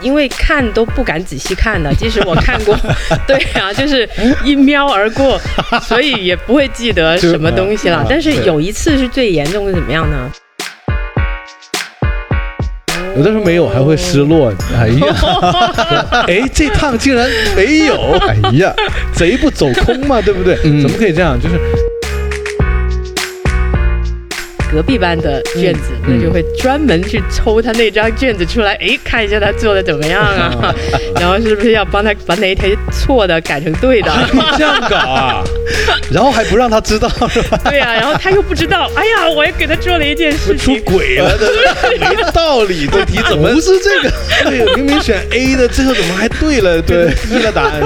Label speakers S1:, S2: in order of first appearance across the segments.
S1: 因为看都不敢仔细看的，即使我看 过，对啊，就是一瞄而过，所以也不会记 得什么东西了。但是有一次是最严重的，怎么样呢？
S2: 有的时候没有还会失落，哎呀， 哎，这趟竟然没有，哎呀，嗯贼不走空嘛，对不对？怎么可以这样？就是
S1: 隔壁班的卷子，
S2: 嗯
S1: 那就会专门去抽他那张卷子出来，哎，看一下他做的怎么样啊， 然后是不是要帮他把哪一题错的改成对 的？
S2: 这样搞 啊，然后还不让他知道是吧？
S1: 对啊呀、然后他又不知道，哎呀，我也给他做了一件事
S2: 出
S1: 情，
S2: 轨了，对不对？ 没道理，这题怎么不是这个？ 对，明明选 A 的，最后怎么还对了？对，逼了答案。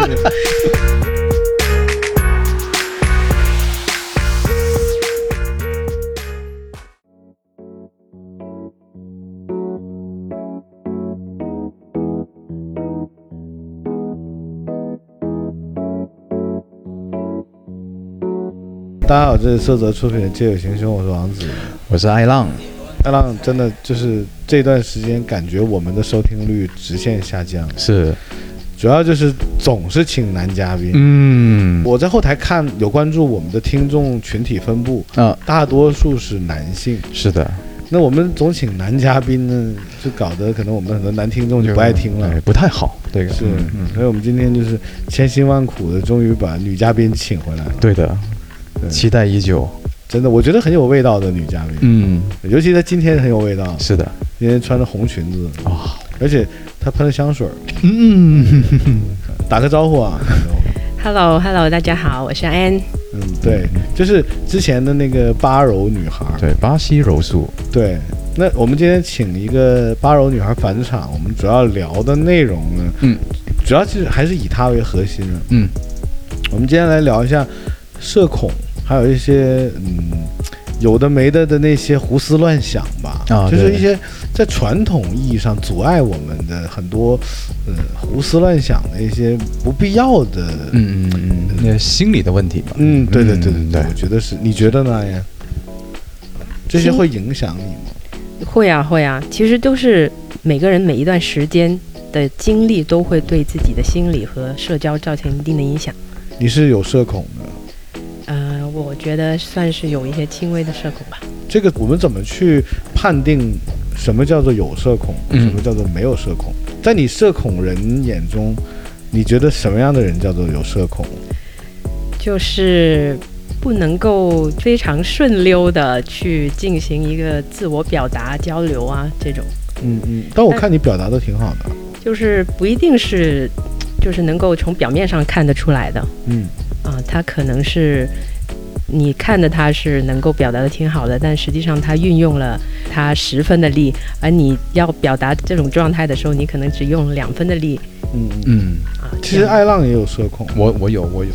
S2: 大家好，这是色泽出品的《借酒行凶》，我是王子。
S3: 我是爱浪，
S2: 大浪真的就是这段时间感觉我们的收听率直线下降，
S3: 是，
S2: 主要就是总是请男嘉宾。
S3: 嗯，
S2: 我在后台看有关注我们的听众群体分布，
S3: 啊，
S2: 大多数是男性。
S3: 是的，
S2: 那我们总请男嘉宾呢，就搞得可能我们很多男听众就不爱听了
S3: 哎。不太好，这个
S2: 是
S3: 嗯，嗯
S2: 所以我们今天就是千辛万苦的，终于把女嘉宾请回来了。
S3: 对的，
S2: 对
S3: 期待已久，
S2: 真的，我觉得很有味道的女嘉宾，
S3: 嗯，
S2: 尤其她今天很有味道，
S3: 是的，
S2: 今天穿着红裙子，
S3: 啊，
S2: 而且她喷了香水儿。
S3: 嗯，
S2: 打个招呼 啊。
S1: Hello Hello，大家好，我是安。
S2: 嗯，对，就是之前的那个八柔女孩儿。
S3: 对，巴西柔术，
S2: 对，那我们今天请一个八柔女孩返场，我们主要聊的内容呢，
S3: 嗯，
S2: 主要是还是以她为核心的。
S3: 嗯，
S2: 我们今天来聊一下社恐，还有一些嗯。有的没的的那些胡思乱想吧，
S3: 啊
S2: 就是
S3: 对
S2: 一些在传统意义上阻碍我们的很多，呃，胡思乱想的一些不必要的
S3: 嗯嗯嗯嗯，那心理的问题吧，
S2: 嗯，对对对对
S3: 嗯
S2: 对，
S3: 对
S2: 我觉得是，你觉得呢？呀，这些会影响你吗？
S1: 会啊会啊，其实都是每个人每一段时间的经历都会对自己的心理和社交造成一定的影响。
S2: 你是有社恐的，
S1: 呃，我觉得算是有一些轻微的社恐吧。
S2: 这个我们怎么去判定什么叫做有社恐，
S3: 嗯
S2: 什么叫做没有社恐？在你社恐人眼中，你觉得什么样的人叫做有社恐？
S1: 就是不能够非常顺溜的去进行一个自我表达交流啊，这种
S2: 嗯嗯，但我看你表达的挺好的，
S1: 就是不一定是，就是能够从表面上看得出来的
S2: 嗯，
S1: 啊，他可能是。你看的他是能够表达的挺好的，但实际上他运用了他十分的力，而你要表达这种状态的时候，你可能只用两分的力
S2: 嗯嗯。
S3: 嗯，
S1: 啊。这
S2: 其实
S1: 样
S2: 艾浪也有社恐，
S3: 我我有我有，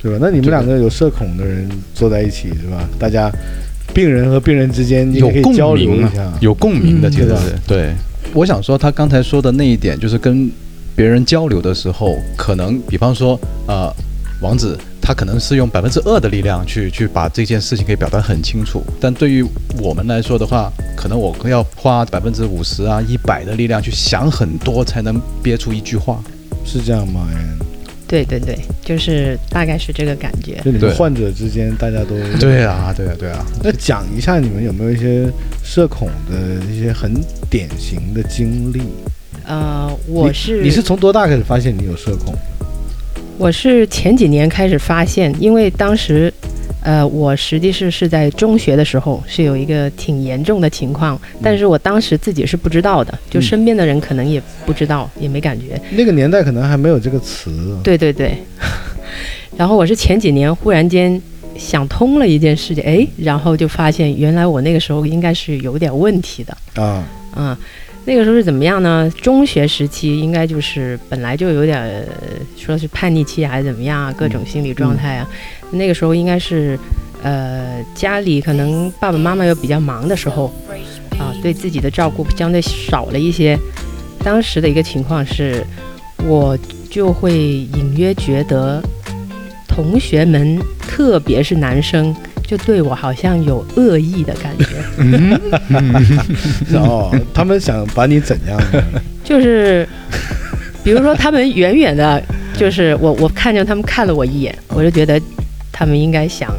S2: 是吧？那你们
S3: 这个
S2: 两个有社恐的人坐在一起，是吧？大家病人和病人之间你
S3: 有
S2: 可以
S3: 共
S2: 交流
S3: 鸣
S2: 一
S3: 啊
S2: 下，
S3: 有共鸣的，
S1: 嗯
S3: 其实
S2: 对吧
S3: 是对。我想说，他刚才说的那一点，就是跟别人交流的时候，可能比方说，呃，王子他可能是用百分之二的力量去去把这件事情给表达很清楚，但对于我们来说的话，可能我要花百分之五十啊、一百的力量去想很多，才能憋出一句话。
S2: 是这样吗？哎。
S1: 对对对，就是大概是这个感觉。
S2: 就你们
S3: 对
S2: 患者之间，大家都
S3: 对啊，对啊，对啊。
S2: 那讲一下你们有没有一些社恐的一些很典型的经历？
S1: 呃，我
S2: 你
S1: 是
S2: 你是从多大开始发现你有社恐？
S1: 我是前几年开始发现，因为当时，呃，我实际是是在中学的时候是有一个挺严重的情况，
S2: 嗯
S1: 但是我当时自己是不知道的，就身边的人可能也不知道，也没感觉。
S2: 那个年代可能还没有这个词。
S1: 对对对。 然后我是前几年忽然间想通了一件事情，哎，然后就发现原来我那个时候应该是有点问题的。
S2: 啊，
S1: 嗯，那个时候是怎么样呢？中学时期应该就是本来就有点儿说是叛逆期还是怎么样啊，各种心理状态啊。那个时候应该是，呃，家里可能爸爸妈妈又比较忙的时候，啊，对自己的照顾相对少了一些。当时的一个情况是，我就会隐约觉得同学们，特别是男生，就对我好像有恶意的感觉。
S2: 然
S3: 哦
S2: 后哦他们想把你怎样？
S1: 就是，比如说他们远远的，就是我我看见他们看了我一眼，我就觉得他们应该想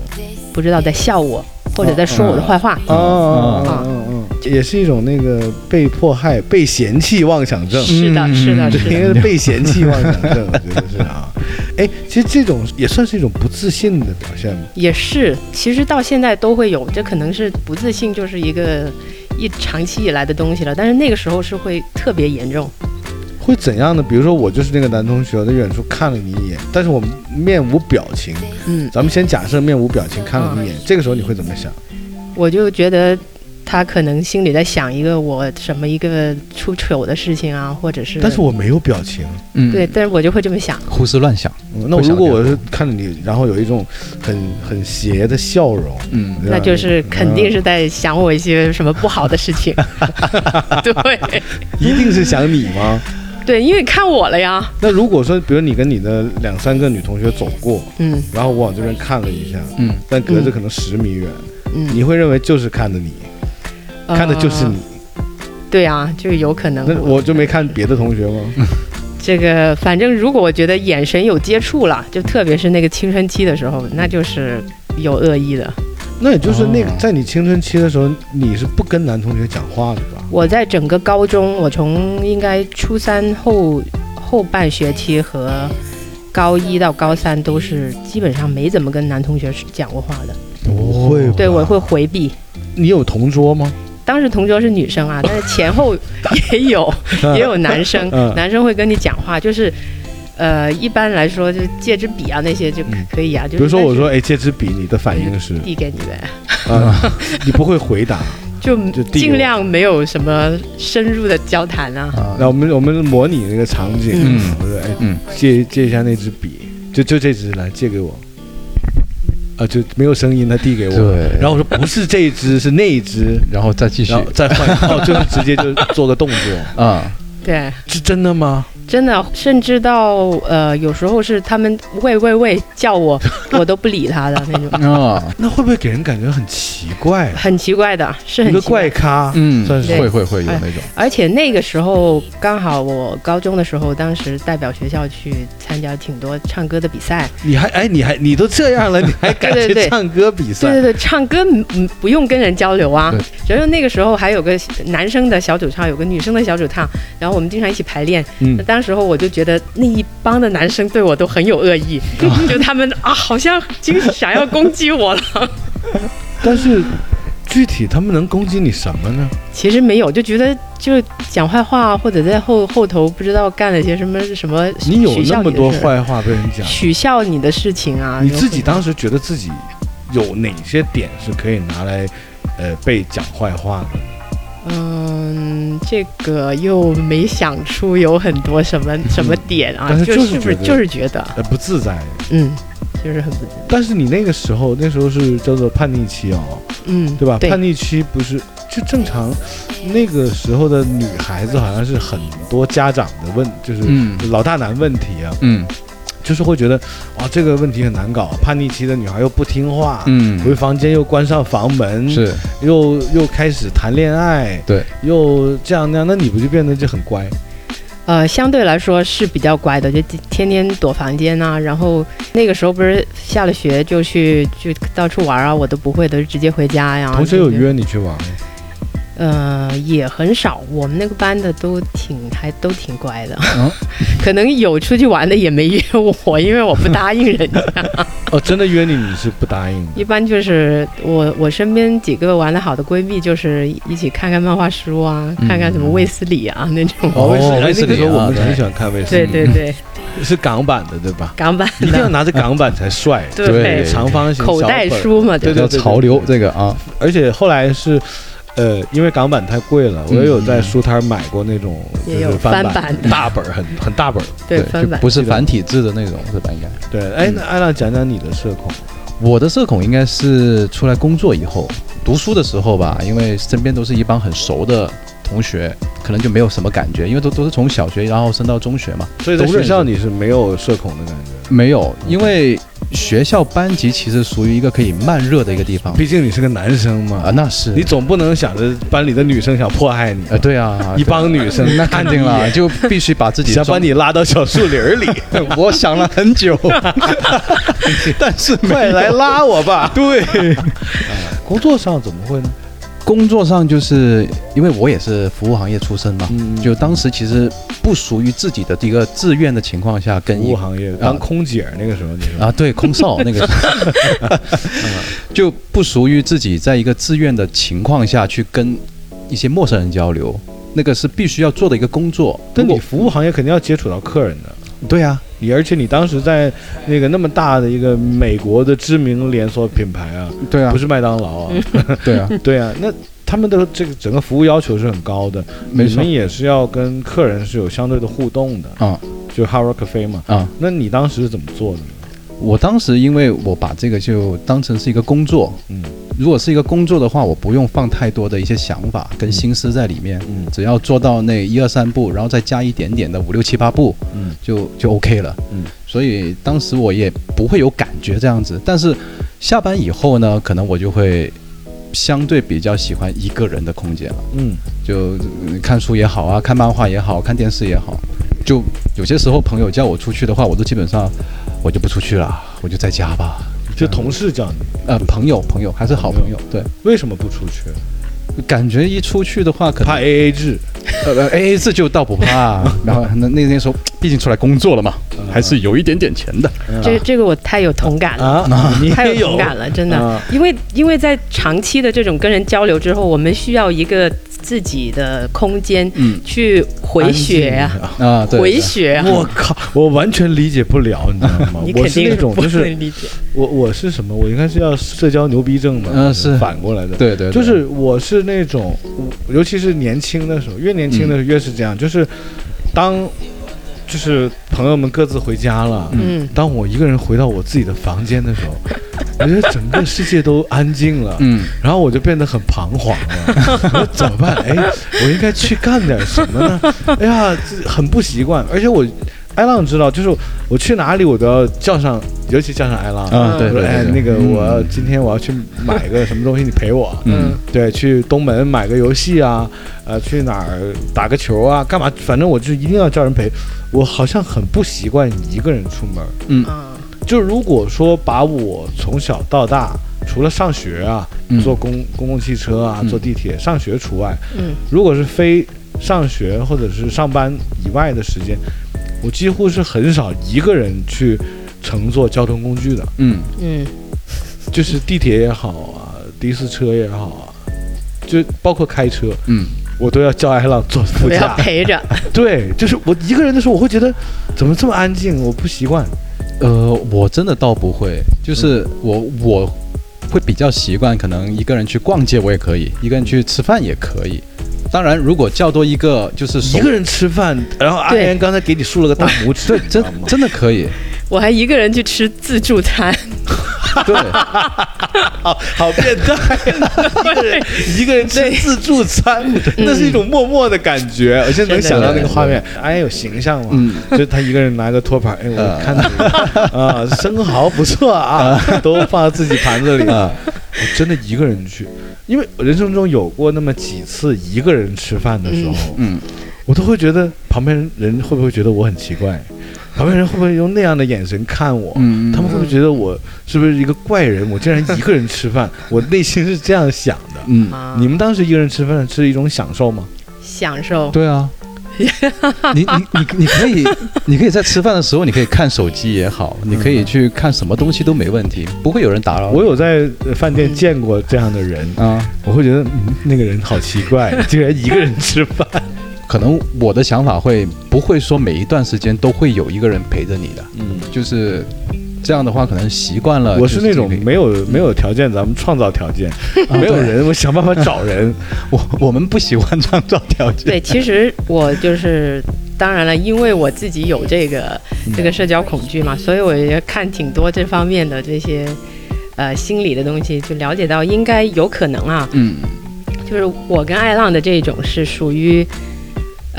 S1: 不知道在笑我，或者在说我的坏话。
S2: 哦哦哦哦，哦也是一种那个被迫害、被嫌弃妄想症。
S1: 是的，
S3: 嗯
S1: 是的，
S2: 这
S1: 是
S2: 应
S1: 的。
S2: 该是被嫌弃妄想症，我觉得是啊。哎，其实这种也算是一种不自信的表现吧。
S1: 也是，其实到现在都会有，这可能是不自信，就是一个一长期以来的东西了。但是那个时候是会特别严重，
S2: 会怎样呢？比如说我就是那个男同学，我在远处看了你一眼，但是我面无表情。
S1: 嗯，
S2: 咱们先假设面无表情看了你一眼，这个时候你会怎么想？
S1: 我就觉得他可能心里在想一个我什么一个出糗的事情啊，或者是，
S2: 但是我没有表情，
S3: 嗯，
S1: 对，，但是我就会这么想，
S3: 胡思乱想，
S2: 嗯那我
S3: 会想
S2: 如果我是看着你，然后有一种很很邪的笑容，
S3: 嗯，
S2: 对吧
S1: 那就是肯定
S2: 嗯
S1: 是在想我一些什么不好的事 情。对
S2: 一定是想你吗？
S1: 对，因为看我了呀，
S2: 那如果说，比如你跟你的两三个女同学走过，
S1: 嗯
S2: 然后我往这边看了一下，
S3: 嗯，
S2: 但隔着可能十米远，
S1: 嗯，啊
S2: 你会认为就是看着你，看的就是你。
S1: 呃对啊，就有可能
S2: 那我就没看别的同学吗？
S1: 这个反正如果我觉得眼神有接触了，就特别是那个青春期的时候，那就是有恶意的。
S2: 那也就是那个
S3: 哦
S2: 在你青春期的时候，你是不跟男同学讲话的吧？
S1: 我在整个高中，我从应该初三后后半学期和高一到高三都是基本上没怎么跟男同学讲过话的。
S2: 不会吧
S1: 对，我会回避。
S2: 你有同桌吗？
S1: 当时同桌是女 生啊，但是前后也有 也有男生
S2: 嗯，
S1: 男生会跟你讲话，就是，呃，一般来说就借支笔啊那些就可
S2: 嗯
S1: 可以啊，就
S2: 比
S1: 是
S2: 如说
S1: 但
S2: 我
S1: 是
S2: 说哎，借支笔，你的反应是
S1: 递给你呗，
S2: 啊，你不会回答。
S1: 就
S2: 就递给我
S1: 尽量没有什么深入的交谈啊。
S2: 那我们我们模拟那个场景，
S3: 嗯
S2: 我说哎，
S3: 嗯
S2: 借借一下那支笔，就就这支来借给我。啊，就没有声音，他递给我。
S3: 对
S2: 然后我说不是这一支，是那一支，
S3: 然后再继续
S2: 然后再换，哦，就是直接就做个动作。
S3: 啊，
S1: 对，
S2: 是真的吗？
S1: 真的，甚至到呃，有时候是他们喂喂喂叫 我，我都不理他的那种，
S3: 啊，
S2: 那会不会给人感觉很奇怪？啊
S1: 很奇怪的，是
S2: 一
S1: 很
S2: 个
S1: 奇怪
S2: 怪 咖，
S3: 嗯，
S2: 算是
S3: 会会会有那种，
S1: 而且那个时候刚好我高中的时候，当时代表学校去参加挺多唱歌的比赛。
S2: 你还哎，你还你都这样 了，你还敢
S1: 对
S2: 去
S1: 对对
S2: 唱歌比
S1: 对
S2: 赛？
S1: 对对，唱歌嗯嗯不用跟人交流啊
S3: 对。
S1: 然后那个时候还有个男生的小主唱，有个女生的小主唱，然后我们经常一起排练。
S2: 嗯
S1: 那当时候我就觉得那一帮的男生对我都很有恶 意，就他们啊，好像经想要攻击我了。
S2: 但是具体他们能攻击你什么呢？
S1: 其实没有，就觉得就是讲坏话，或者在后后头不知道干了些什么什么取笑
S2: 你
S1: 你
S2: 有
S1: 的事
S2: 那
S1: 儿。
S2: 么多坏话被人讲，
S1: 取笑你的事情啊，
S2: 你自己
S1: 有
S2: 当时觉得自己有哪些点是可以拿来呃被讲坏话的？
S1: 嗯，这个又没想出有很多什么什么点啊，
S2: 嗯但是就是
S1: 不是
S2: 觉得
S1: 就是觉得，
S2: 呃，不自在。
S1: 嗯，就是很不自，
S2: 但是你那个时候，那时候是叫做叛逆期哦，
S1: 嗯，
S2: 对吧？
S1: 对
S2: 叛逆期不是就正常，那个时候的女孩子好像是很多家长的问，就是
S3: 嗯
S2: 老大难问题啊，
S3: 嗯
S2: 就是会觉得哇这个问题很难搞，叛逆期的女孩又不听话。回
S3: 嗯，
S2: 房间又关上房门，
S3: 是
S2: 又又开始谈恋爱，
S3: 对，
S2: 又这样那样，那你不就变得就很乖？
S1: 呃，相对来说是比较乖的，就天天躲房间呐、然后那个时候不是下了学就去就到处玩啊，我都不会的，就直接回家呀。
S2: 同学有
S1: 就是
S2: 约你去玩吗？
S1: 呃，也很少。我们那个班的都挺还都挺乖的，
S3: 嗯
S1: 可能有出去玩的也没约我，因为我不答应人家。
S2: 哦，真的约你，你是不答应的。
S1: 一般就是我我身边几个玩得好的闺蜜，就是一起看看漫画书啊，
S3: 嗯
S1: 看看什么卫斯理啊那种。
S3: 哦
S2: 卫斯理哎
S3: 卫斯
S2: 那个
S3: 理
S2: 时候
S3: 啊
S2: 我们
S3: 对
S2: 很喜欢看卫 斯
S1: 对
S2: 理，
S1: 对对，
S2: 是港版的对吧？
S1: 港版
S2: 一定要
S1: 的，
S2: 拿着港版才帅，
S1: 对
S3: 对
S2: 长方形
S1: 口
S2: 小
S1: 袋
S2: 本儿。
S1: 书嘛，
S2: 对
S1: 对
S2: 对
S3: 比较
S2: 对
S3: 潮流这个啊，
S2: 而且后来是，呃，因为港版太贵了，我也有在书摊儿买过那种
S1: 也
S2: 就
S1: 有
S2: 是翻
S1: 翻版的
S2: 嗯大本儿很很大本儿。
S1: 对
S3: 就
S1: 翻版
S3: 不。是繁体字的那种是吧？应该。
S2: 对，哎，那艾浪讲讲你的社恐，
S3: 我的社恐应该是出来工作以后，读书的时候吧，因为身边都是一帮很熟的同学，可能就没有什么感觉，因为都都是从小学然后升到中学嘛，
S2: 所以在
S3: 都认
S2: 学
S3: 识
S2: 校你是没有社恐的感觉。
S3: 没有，因为学校班级其实属于一个可以慢热的一个地方
S2: 毕竟你是个男生嘛，
S3: 啊，那是
S2: 你总不能想着班里的女生想迫害你，
S3: 呃，对啊，
S2: 一帮女生
S3: 那肯定了，就必须把自己
S2: 想把
S3: 装
S2: 你拉到小树林儿里，
S3: 我想了很 久，但是
S2: 快
S3: 没有
S2: 来拉我吧！对， 啊工作上怎么会呢？
S3: 工作上就是因为我也是服务行业出身嘛，
S2: 嗯
S3: 就当时其实不属于自己的一个自愿的情况下，跟
S2: 服
S3: 一
S2: 务行业当空姐儿那个时候，你说
S3: 啊对空少那个 时候，就不属于自己在一个自愿的情况下去跟一些陌生人交流，那个是必须要做的一个工作。
S2: 但
S3: 如
S2: 你
S3: 果
S2: 服务行业肯定要接触到客人的，
S3: 对啊，
S2: 你而且你当时在那个那么大的一个美国的知名连锁品牌啊，
S3: 对啊
S2: 不，是麦当劳 啊，
S3: 对啊，
S2: 对啊，那他们的这个整个服务要求是很高的，
S3: 没
S2: 你
S3: 错
S2: 们也是要跟客人是有相对的互动的
S3: 啊，
S2: 就 Hard Rock Cafe 嘛。
S3: 啊。
S2: 那你当时是怎么做的呢？
S3: 我当时因为我把这个就当成是一个工作，
S2: 嗯
S3: 如果是一个工作的话，我不用放太多的一些想法跟心思在里面，
S2: 嗯
S3: 只要做到那一二三步，然后再加一点点的五六七八步，
S2: 嗯
S3: 就就 OK 了。
S2: 嗯，
S3: 所以当时我也不会有感觉这样子，但是下班以后呢，可能我就会相对比较喜欢一个人的空间了，
S2: 嗯，
S3: 就嗯看书也好啊，看漫画也好看电视也好，就有些时候朋友叫我出去的话，我都基本上我就不出去了，我就在家吧。
S2: 就同事叫你
S3: 呃，朋友，朋友还是好朋友，对，
S2: 为什么不出去？
S3: 感觉一出去的话，可能
S2: 怕哎 AA 制，
S3: 呃 A A 制就倒不 怕，然后那那那时候毕竟出来工作了嘛，
S2: 嗯
S3: 还是有一点点钱的。
S1: 这这个我太有同感 了。
S2: 啊，你
S1: 太
S2: 也
S1: 有同
S2: 有
S1: 感了，真的，
S2: 啊
S1: 因为因为在长期的这种跟人交流之后，我们需要一个自己的空间
S3: 嗯
S1: 去回血呀、
S3: 啊，对，
S1: 回血啊，
S2: 我靠，我完全理解不了，你知道吗
S1: 你？肯
S2: 我是
S1: 定
S2: 那种
S1: 不
S2: 就是
S1: 能理解，
S2: 我我是什么？我应该是要社交牛逼症嘛？
S3: 嗯是
S2: 反过来的。，
S3: 对对，对
S2: 就是我是那种，我尤其是年轻的时候，越年轻
S3: 嗯
S2: 的时候越是这样，就是当就是朋友们各自回家了，
S1: 嗯，
S2: 当我一个人回到我自己的房间的时 候，我觉得整个世界都安静了。
S3: 嗯，
S2: 然后我就变得很彷徨了， 我说怎么办？哎，我应该去干点什么呢？ 哎呀，这很不习惯，而且我。艾浪知道，就是我去哪里我都要叫上，尤其叫上艾浪
S3: 啊对
S2: 我
S3: 对
S2: 说
S3: 对
S2: 哎，
S3: 对
S2: 那个
S3: 嗯
S2: 我要今天我要去买个什么东西，你陪我。
S3: 嗯
S1: 嗯
S2: 对，去东门买个游戏啊，呃，去哪儿打个球啊，干嘛？反正我就一定要叫人陪。我好像很不习惯一个人出门，
S1: 啊，
S2: 就如果说把我从小到大，除了上学啊，
S3: 嗯
S2: 坐公公共汽车啊，
S3: 嗯
S2: 坐地铁、上学除外，
S1: 嗯
S2: 如果是非上学或者是上班以外的时间，我几乎是很少一个人去乘坐交通工具的，
S3: 嗯
S1: 嗯
S2: 就是地铁也好啊，的士车也好啊，就包括开车，
S3: 嗯，
S2: 我都要叫艾浪坐副
S1: 我要
S2: 驾。
S1: 陪着，
S2: 对，就是我一个人的时候，我会觉得怎么这么安静，我不习惯。
S3: 呃，我真的倒不会，就是
S2: 嗯
S3: 我我会比较习惯，可能一个人去逛街我也可以，一个人去吃饭也可以。当然，如果叫多一个就是熟
S2: 一个人吃饭，然后阿
S1: 对
S2: 岩刚才给你竖了个大拇 指，
S3: 对，
S2: 你知
S3: 真
S2: 道 吗
S3: 真的可以，
S1: 我还一个人去吃自助餐，
S3: 对，
S2: 好 变态，一个人一个人吃自助餐，那是一种默默的感觉。我现在能想到那个画面，哎，有形象嘛？
S3: 嗯
S2: 就是他一个人拿个托盘，哎，我
S3: 呃
S2: 看你啊，生蚝不错啊，
S3: 嗯
S2: 都放到自己盘子里。
S3: 啊
S2: 我真的一个人去，因为我人生中有过那么几次一个人吃饭的时候，
S3: 嗯
S2: 我都会觉得旁边人会不会觉得我很 奇怪，旁边人会不会用那样的眼神看我？
S3: 嗯，
S2: 他们会不会觉得我是不是一个怪人？我竟然一个人 吃饭，我内心是这样想的。
S3: 嗯，
S1: 啊，
S2: 你们当时一个人吃饭是一种享受吗？
S1: 享
S2: 哦
S1: 受，
S3: 对 啊。你你你你可以，你可以在吃饭的时候，你可以看手机也好，你可以去看什么东西都没问题，不会有人打扰你。
S2: 嗯我有在呃饭店见过这样的人，
S3: 啊，
S2: 我会觉得、嗯、那个人好奇 怪，竟然一个人吃饭。
S1: 啊
S3: 可能我的想法会不会说每一段时间都会有一个人陪着你的，
S2: 嗯，
S3: 就是这样的话，可能习惯了。
S2: 我是那
S3: 就
S2: 种
S3: 是这个
S2: 没有没有条件，咱们创造条件，
S3: 啊
S2: 没有
S3: 对
S2: 人，我想办法 找人。
S3: 我我们不喜欢创造条件。
S1: 对，其实我就是，当然了，因为我自己有这个
S3: 嗯
S1: 这个社交恐惧嘛，所以我也看挺多这方面的这些呃心理的东西，就了解到应该有可能啊，
S3: 嗯
S1: 就是我跟艾浪的这种是属于。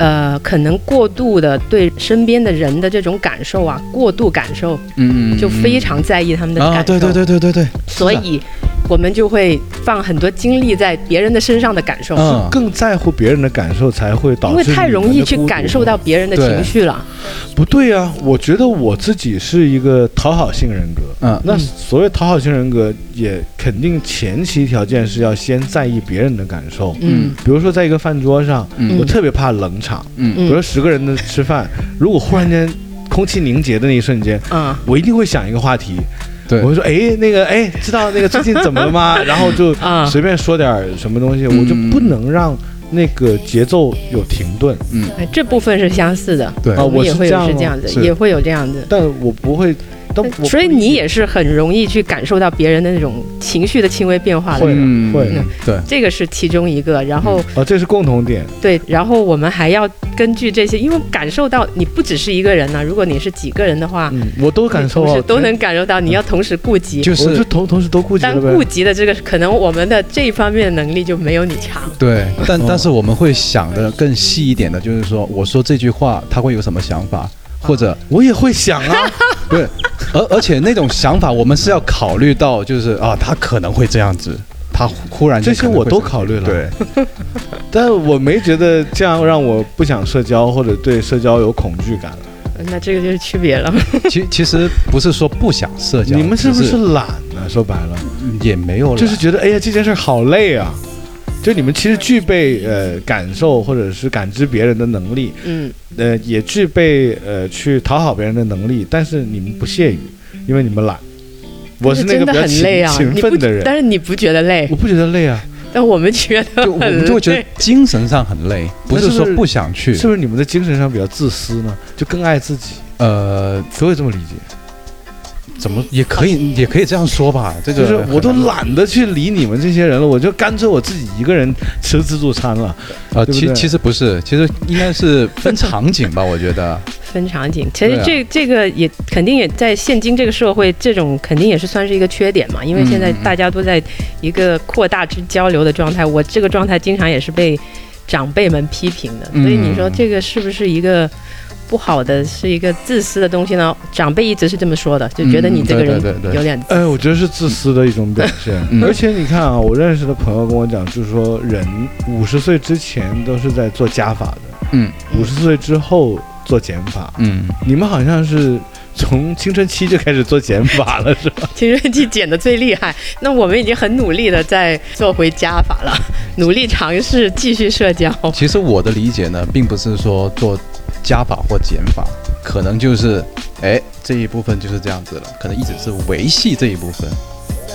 S1: 呃，可能过度的对身边的人的这种感受啊，过度感受，
S3: 嗯，嗯
S1: 就非常在意他们的感受。
S3: 啊，对对对对对对，
S1: 所以我们就会放很多精力在别人的身上的感受，
S3: 嗯，
S2: 更在乎别人的感受，才会导
S1: 啊因
S2: 致
S1: 为太容易去感受到
S2: 你们的孤独。
S1: 别人的情
S3: 对
S1: 绪了。
S2: 不对啊，我觉得我自己是一个讨好性人格。
S3: 嗯
S2: 那所谓讨好性人格，也肯定前期条件是要先在意别人的感受。
S1: 嗯
S2: 比如说，在一个饭桌上，
S3: 嗯
S2: 我特别怕冷场。
S3: 嗯
S2: 比如
S1: 嗯
S2: 说十个人的 吃饭，如果忽然间空气凝结的那一瞬间，
S1: 嗯
S2: 我一定会想一个话题。
S3: 对
S2: 我会说，哎，那个，哎，知道那个最近怎么了吗？ 然后就
S1: 啊
S2: 随便说点儿什么东西，
S3: 嗯
S2: 我就不能让那个节奏有停顿
S3: 嗯，
S1: 哎这部分是相似的，
S3: 对
S2: 啊。
S1: 我们
S2: 我
S1: 也
S2: 是
S1: 会
S2: 这
S1: 有
S2: 样
S1: 是
S2: 哦，
S1: 这样子，
S3: 是
S1: 也会有这样子。
S2: 但我不会，但我
S1: 所以你也是很容易去感受到别人的那种情绪的轻微变化的
S2: 会。
S3: 嗯
S2: 会
S1: 的
S3: 对，
S1: 这个是其中一个，然后、
S2: 啊，这是共同点。
S1: 对，然后我们还要根据这些，因为感受到你不只是一个人呢、如果你是几个人的话，
S2: 嗯，我都感受
S1: 同
S2: 啊
S1: 时， 都能感受到，你要同时顾及。
S3: 就
S2: 我就是同同时都顾及
S1: 当
S2: 了
S1: 顾
S2: 呗。
S1: 及的这个，可能我们的这一方面的能力就没有你强。
S3: 对，但
S2: 嗯
S3: 但是我们会想的更细一点的，就是说，我说这句话他会有什么想法，或者
S2: 我也会想啊，
S3: 不是，而而且那种想法我们是要考虑到，就是啊，他可能会这样子，他忽然间
S2: 这些
S3: 可能
S2: 我
S3: 会
S2: 都
S3: 这样
S2: 考虑了
S3: 对，
S2: 但我没觉得这样让我不想社交或者对社交有恐惧感了。
S1: 那这个就是区别了。
S3: 其其实不是说不想社交，
S2: 你们是不
S3: 只
S2: 是
S3: 是
S2: 懒呢？说白了。
S3: 也没有了？
S2: 就是觉得哎呀这件事儿好累啊。就你们其实具备呃感受或者是感知别人的能力，
S1: 嗯，
S2: 呃也具备呃去讨好别人的能力，但是你们不屑于，因为你们懒。我是那
S1: 真
S2: 个
S1: 的
S2: 比较
S1: 很累
S2: 勤
S1: 啊，
S2: 勤
S1: 你不
S2: 奋的人，
S1: 但是你不觉得累
S2: 我，不觉得累啊，
S1: 但我们觉得
S3: 就我
S1: 很
S3: 们
S1: 累。
S3: 就会觉得精神上很累，不
S2: 那是
S3: 是
S2: 不
S3: 说
S2: 是
S3: 不想去，
S2: 是不是你们在精神上比较自私呢？就更爱自己，
S3: 呃，
S2: 可不可以这么理解？
S3: 怎么也可以也可以这样说吧，这个
S2: 就是我都
S3: 很难
S2: 懒得去理你们这些人了，我就干脆我自己一个人吃自助餐了。
S3: 呃，
S2: 对不
S3: 其
S2: 对
S3: 其实不是，其实应该是分场景吧，我觉得，
S1: 分场景，其实
S3: 对啊
S1: 这、这个也肯定也在现今这个社会，这种肯定也是算是一个缺点嘛，因为现在
S3: 嗯嗯
S1: 大家都在一个扩大之交流的状态，我这个状态经常也是被长辈们批评的，
S3: 嗯
S1: 所以你说这个是不是一个？不好的是一个自私的东西呢，长辈一直是这么说的，就觉得你这个人
S3: 嗯对对对对
S1: 有点
S2: 哎，我觉得是自私的一种表现。
S3: 嗯
S2: 而且你看啊，我认识的朋友跟我讲，就是说人五十岁之前都是在做加法的，
S3: 嗯
S2: 五十岁之后做减法。
S3: 嗯，
S2: 你们好像是从青春期就开始做减法了，是吧？
S1: 青春期减的最厉害。那我们已经很努力的在做回加法了，努力尝试继续社交。
S3: 其实我的理解呢，并不是说做加法或减法，可能就是，哎，这一部分就是这样子了，可能一直是维系这一部分，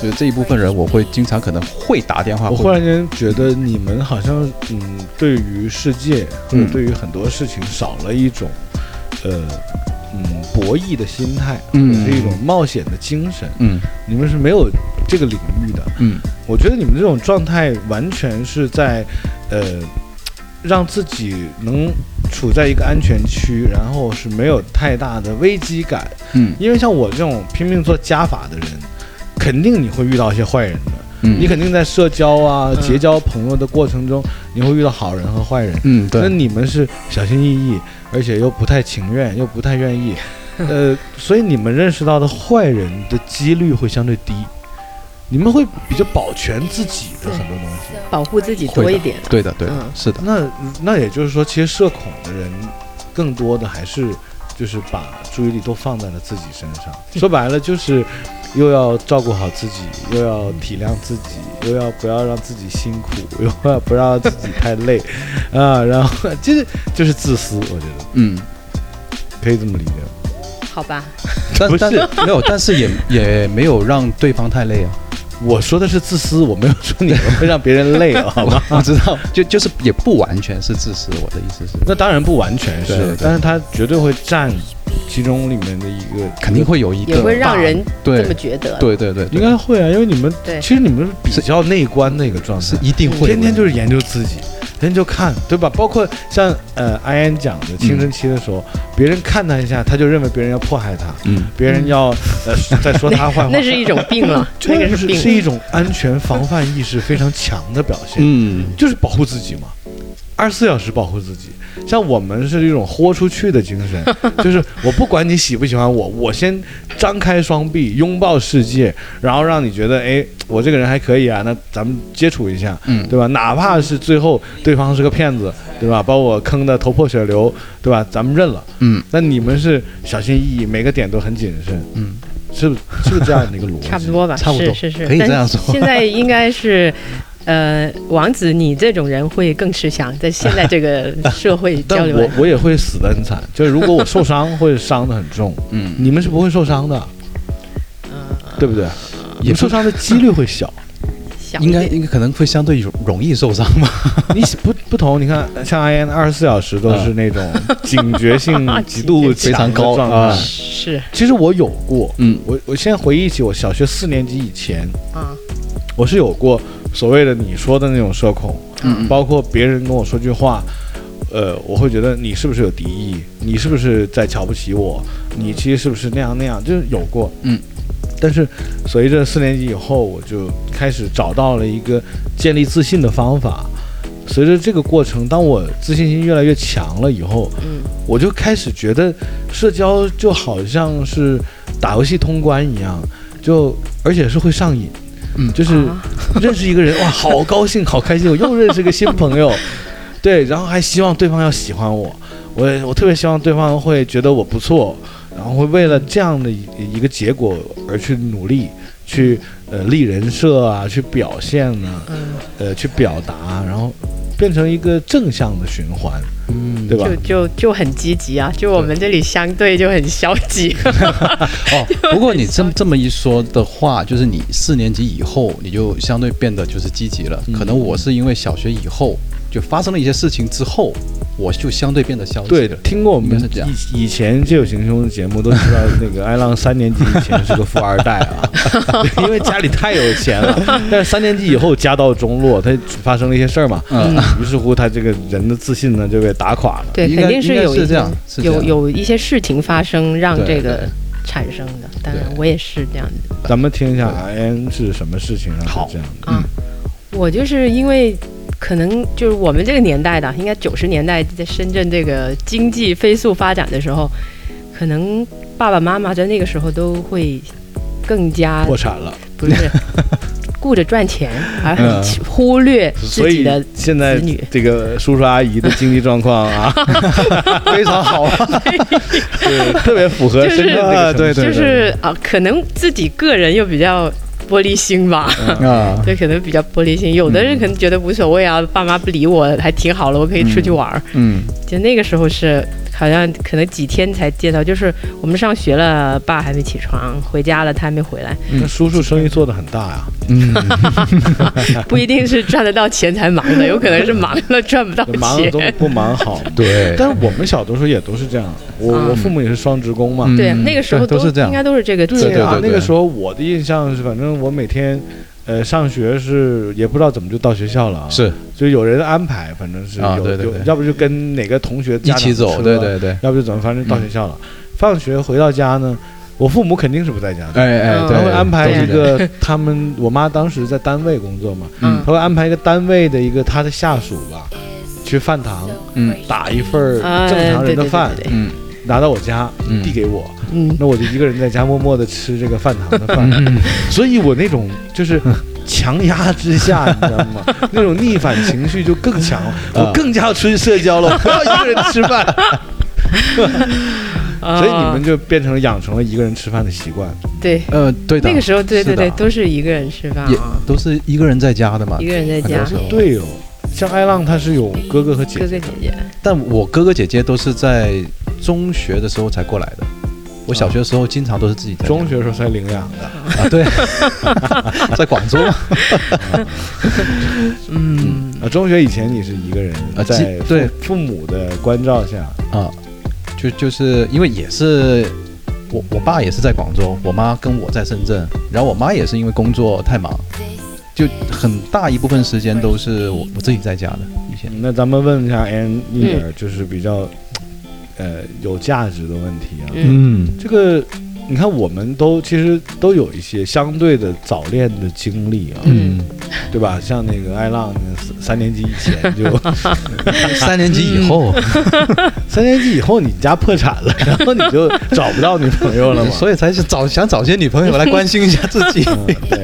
S3: 就是这一部分人，我会经常可能会打电话，
S2: 我忽然间觉得你们好像，嗯，对于世界或者
S3: 嗯
S2: 对于很多事情少了一种，呃，嗯，博弈的心态，
S3: 嗯
S2: 或者是一种冒险的精神。
S3: 嗯
S2: 你们是没有这个领域的。
S3: 嗯
S2: 我觉得你们这种状态完全是在，呃，让自己能处在一个安全区，然后是没有太大的危机感。
S3: 嗯
S2: 因为像我这种拼命做加法的人，肯定你会遇到一些坏人的。
S3: 嗯，
S2: 你肯定在社交啊、
S1: 嗯
S2: 结交朋友的过程中，你会遇到好人和坏人。
S3: 嗯
S2: 那
S3: 对，
S2: 你们是小心翼翼，而且又不太情愿，又不太 愿意，呃，所以你们认识到的坏人的几率会相对低，你们会比较保全自己的很多东西。
S1: 保护自己
S3: 会
S1: 多
S3: 的
S1: 一点。
S3: 对的对的
S1: 嗯，
S3: 是的，
S2: 那那也就是说，其实社恐的人更多的还是就是把注意力都放在了自己身 上，说白了就是。又要照顾好自己，又要体谅自己，又要不要让自己辛苦，又要不让自己太 累，啊，然后就是就是自私，我觉得。
S3: 嗯。
S2: 可以这么理解。
S1: 好吧，
S3: 但
S2: 不是
S3: 但是没有，但是也也没有让对方太累啊。
S2: 我说的是自私，我没有说你们会让别人累啊， 好吧？
S3: 我知道，就就是也不完全是自私，我的意思是，
S2: 那当然不完全
S3: 对对
S2: 是，但是他绝对会占其中里面的一个，
S3: 肯定会有一个
S1: 也会让
S3: 大
S1: 人
S3: 对
S1: 这么觉得。
S3: 对对对，对
S2: 应该会啊，因为你们
S1: 对
S2: 其实你们是比较内观的一个状态
S3: 是，一定会，
S2: 天天就是研究自己，天天就看，对吧？包括像呃安安讲的青春期的时候，别人看他一下，他就认为别人要迫害他，
S3: 嗯
S2: 别人要呃在说他坏话，
S1: 那是一种病 了，那
S2: 这
S1: 个
S2: 就是是
S1: 病。
S2: 是一种安全防范意识非常强的表现。
S3: 嗯
S2: 就是保护自己嘛，二十四小时保护自己。像我们是一种豁出去的精神， 就是我不管你喜不喜欢我，我先张开双臂拥抱世界，然后让你觉得，哎，我这个人还可以啊，那咱们接触一下，
S3: 嗯
S2: 对吧？哪怕是最后对方是个骗子，对吧？把我坑得头破血流，对吧？咱们认了。
S3: 嗯
S2: 那你们是小心翼翼，每个点都很谨慎，
S3: 嗯，
S2: 是不是不是这样的一个逻 辑？
S1: 差不多吧，
S3: 差不多
S1: 是是是，
S3: 可以
S1: 但
S3: 这样说
S1: 现在应该是，呃，王子，你这种人会更吃香，在现在这 个社会交
S2: 但
S1: 流
S2: 我
S1: 来，
S2: 我也会死得很惨，就是如果我受 伤会伤得很重，
S3: 嗯，呃
S2: 你们是不会受伤的，对不对？你们受伤的几率会小。
S1: 想
S3: 应该应该可能会相对容容易受伤 吧？
S2: 你不不同，你看像 I N 二十四小时都是那种警觉 性极度
S1: 警
S3: 嗯啊觉非常高
S2: 强的状态
S3: 啊
S1: 是
S2: 其实我有过，
S3: 嗯
S2: 我我现在回忆起我小学四年级以前，
S1: 啊，
S2: 我是有过所谓的你说的那种社恐，
S3: 嗯
S2: 包括别人跟我说句话，呃，我会觉得你是不是有敌意，你是不是在瞧不起我，你其实是不是那样那样，就是有过，
S3: 嗯。
S2: 但是随着四年级以后，我就开始找到了一个建立自信的方法。随着这个过程，当我自信心越来越强了以后，
S1: 嗯
S2: 我就开始觉得社交就好像是打游戏通关一样，就而且是会上瘾，
S3: 嗯
S2: 就是
S1: 啊
S2: 认识一个人哇，好高兴，好开心，我又认识一个新朋友，对，然后还希望对方要喜欢我，我我特别希望对方会觉得我不错，然后会为了这样的一一个结果而去努力，去呃立人设啊，去表现呢、
S1: 嗯，
S2: 呃去表达，然后变成一个正向的循环，
S3: 嗯，
S2: 对吧？
S1: 就就就很积极啊，就我们这里相对就很消 极，
S3: 哦，不过你这么这么一说的话，就是你四年级以后，你就相对变得就是积极了。
S2: 嗯
S3: 可能我是因为小学以后就发生了一些事情之后，我就相对变得消极
S2: 对
S3: 了，。
S2: 听过我们
S3: 应该是这样
S2: 以以前《借酒行凶》的节目都知道，那 个艾浪三年级以前是个富二代啊，因为家里太有钱了。但是三年级以后家道中落，他发生了一些事儿嘛，
S3: 嗯，
S2: 于是乎他这个人的自信呢就被打垮了。
S1: 对，
S3: 应
S1: 肯
S3: 该
S1: 定
S3: 应该
S1: 有一
S3: 是这样
S1: 些，
S3: 是这
S1: 有
S3: 样
S1: 有一些事情发生让
S3: 对
S1: 这
S3: 对
S1: 个产生的，当然
S3: 对
S1: 我也是这样子。
S2: 咱们听一下 I N 是什么事情让他
S3: 好
S2: 这样的。
S1: 啊，我就是因为可能就是我们这个年代的，应该九十年代在深圳这个经济飞速发展的时候，可能爸爸妈妈在那个时候都会更加
S2: 破产了，
S1: 不 是顾着赚钱，而很忽略
S2: 嗯所
S1: 自己
S2: 以
S1: 的
S2: 现在
S1: 子女
S2: 这个叔叔阿姨的经济状况 啊，非常好，啊对，特别符合
S1: 就是
S2: 深圳这
S3: 啊对
S2: 个城市
S1: 就
S3: 对
S1: 是啊，可能自己个人又比较玻璃心吧。
S3: 啊，
S1: 对，可能比较玻璃心。有的
S2: 嗯
S1: 人可能觉得无所谓啊，爸妈不理我还挺好了，我可以出去玩儿。
S3: 嗯
S1: 就那个时候是好像可能几天才见到，就是我们上学了，爸还没起床，回家了他还没回 来，
S2: 那叔叔生意做得很大呀、
S3: 嗯，
S1: 不一定是赚得到钱才忙的，有可 能是忙了赚不到
S2: 忙了
S1: 钱
S2: 都。不忙好。
S3: 对，
S2: 但是我们小的时候也都是这样，我
S1: 嗯
S2: 我父母也是双职工嘛。
S3: 嗯
S1: 对，那个时候
S3: 对都是这样
S1: 应该都是这个
S2: 对
S1: 劲儿
S2: 啊
S3: 对，对
S2: 那个时候我的印象是，反正我每天，呃，上学是也不知道怎么就到学校了啊，
S3: 是
S2: 就有人安排，反正是有，
S3: 啊对对
S2: 有
S3: 对
S2: 要不就跟哪个同学
S3: 一
S2: 家
S3: 起
S2: 长
S3: 走，
S2: 车
S3: 对，对对，
S2: 要不就怎么，反正就到学校了。放学回到家呢，我父母肯定是不在家的，
S3: 哎哎，
S1: 嗯
S3: 对
S2: 他会安排
S3: 都是
S2: 一
S3: 这样
S2: 个他们，我妈当时在单位工作嘛，
S1: 嗯
S2: 他会安排一个单位的一个他的下属吧，去饭堂
S3: 嗯
S2: 打一份儿
S1: 啊，
S2: 正常
S1: 对
S2: 人
S1: 对
S2: 的
S1: 对
S2: 饭，
S1: 对对
S3: 嗯
S2: 拿到我家
S3: 嗯
S2: 递给我，
S1: 嗯，
S2: 那我就一个人在家默默的吃这个饭堂的饭，
S3: 嗯
S2: 所以我那种就是强压之下，你知道 吗？那种逆反情绪就更强，
S3: 嗯
S2: 我更加要出去社交了， 我不要一个人吃饭，
S3: 嗯
S2: 所以你们
S1: 啊
S2: 就变成养成了一个人吃饭的习惯。
S1: 对
S3: 呃，对的，
S1: 那个时候，对
S3: 是
S1: 对
S3: 的
S1: 对，都是一个人吃饭
S3: 也
S1: 啊，
S3: 都是一个人在家的嘛
S1: 一，个人在
S3: 很
S1: 家
S3: 多时，候，
S2: 对哦，像艾浪他是有哥哥和姐
S1: 哥
S2: 姐
S1: 哥
S2: 的，
S1: 姐姐，
S3: 但我哥哥姐姐都是在中学的时候才过来的。我小学的时候经常都是自己在家
S2: 中学的时候才领养的。
S3: 啊，对， 在广州嘛
S1: 嗯，
S2: 啊，中学以前你是一个人
S3: 啊
S2: 在
S3: 基
S2: 父
S3: 对
S2: 父母的关照下，
S3: 啊，就就是因为也是我我爸也是在广州，我妈跟我在深圳，然后我妈也是因为工作太忙，就很大一部分时间都是我我自己在家的。以前
S2: 嗯那咱们问一下 Ann 一
S1: 嗯
S2: 点儿就是比较呃有价值的问题啊，
S1: 嗯
S3: 嗯
S2: 这个你看我们都其实都有一些相对的早恋的经历 啊，
S1: 嗯，
S2: 对吧？像那个艾浪三三年级以前 就，
S3: 三年级以后，
S2: 三年级以后你家破产了，然后你就找不到女朋 友了嘛。
S3: 所以才去找想找些女朋友来关心一下自己。
S2: 嗯对，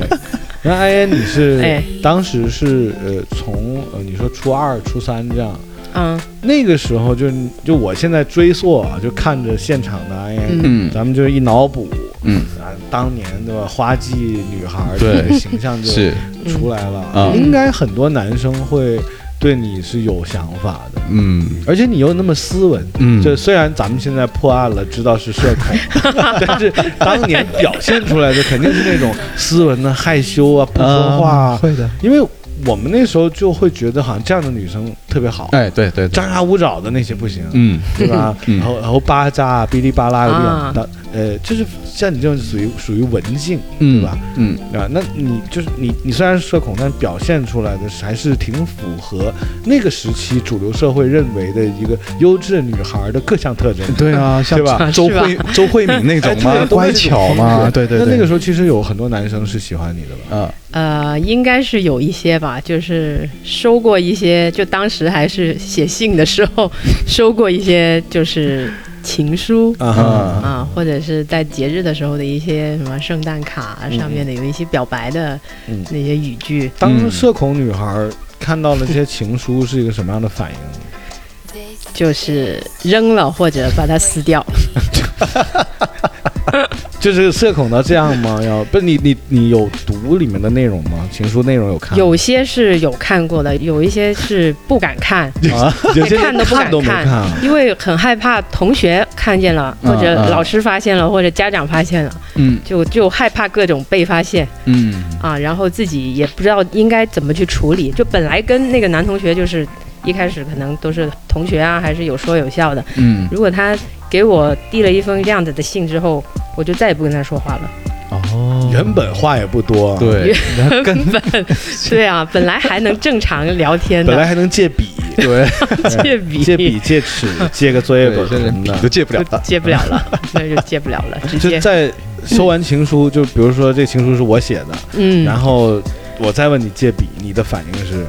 S2: 那艾恩你是、
S1: 哎
S2: 当时是呃从呃你说初二、初三这样，
S1: 嗯，
S2: 那个时候就就我现在追溯啊，就看着现场的艾恩，
S3: 嗯
S2: 咱们就一脑补。
S3: 嗯，
S2: 啊，当年对吧？花季女孩儿
S3: 对，
S2: 这个形象嗯就是出来了，
S3: 嗯
S2: 应该很多男生会对你是有想法的，
S3: 嗯
S2: 而且你又那么斯文。
S3: 嗯，
S2: 就虽然咱们现在破案了，知道是社 恐，但是当年表现出来的肯定是那种斯文的、害羞啊、不说话
S3: 啊
S2: 啊，
S3: 会的。
S2: 因为我们那时候就会觉得好像这样的女生特别好，
S3: 哎，对对对，
S2: 张牙舞爪的那些不行，
S3: 嗯
S2: 对吧？
S3: 嗯
S2: 然后然后巴扎啊、哔哩吧啦的地
S1: 啊
S2: 方，那呃，就是像你这种属于属于文静，
S3: 嗯
S2: 对吧？
S3: 嗯，
S2: 啊，那你就是你，你虽然是社恐，但表现出来的是还是挺符合那个时期主流社会认为的一个优质女孩的各项 特征。
S3: 对啊，像
S2: 对吧
S3: 周慧周慧敏那种
S2: 哎
S3: 嘛，
S2: 对都
S3: 乖
S2: 是这种
S3: 巧嘛，
S2: 风格
S3: 啊对对
S2: 那
S3: 对。
S2: 那个时候其实有很多男生是喜欢你的吧？
S3: 啊，
S1: 呃，应该是有一些吧，就是收过一些，就当时还是写信的时候收过一些，就是情书。
S2: 啊
S3: 哈
S1: 啊，或者是在节日的时候的一些什么圣诞卡上面的有一些表白的
S2: 嗯
S1: 那些语句，
S3: 嗯
S2: 当社恐女孩看到了这些情书，是一个什么样的反应？
S1: 就是扔了或者把它撕掉。
S2: 就是社恐到这样吗？要不是你你你有读里面的内容吗？情书内容有看吗？
S1: 有些是有看过的，有一些是不敢看，
S2: 啊，有些
S1: 看都不敢
S2: 看都没
S1: 看
S2: 看啊。
S1: 因为很害怕同学看见了，
S3: 嗯
S1: 或者
S3: 嗯
S1: 老师发现了，或者家长发现了，
S3: 嗯
S1: 就就害怕各种被发现
S3: 嗯
S1: 啊，然后自己也不知道应该怎么去处理。就本来跟那个男同学就是一开始可能都是同学啊，还是有说有笑的。
S3: 嗯，
S1: 如果他给我递了一封这样子的信之后，我就再也不跟他说话了。
S3: 哦
S2: 原本话也不多，，啊
S3: 对，根本
S1: 对啊，本来还能正常聊天
S2: 本来
S1: 的，
S2: 还能借笔，
S3: 对，
S1: 借笔
S2: 借笔借 尺，借个作业本
S3: 对现在
S2: 什
S3: 连
S2: 么的
S3: 笔都。借不了
S1: 就
S3: 了。
S1: 戒不了 了，那就戒不了了，直
S2: 就
S1: 接
S2: 在收完情书， 就比如说这情书是我写的，
S1: 嗯，
S2: 然后我再问你借笔，你的反应是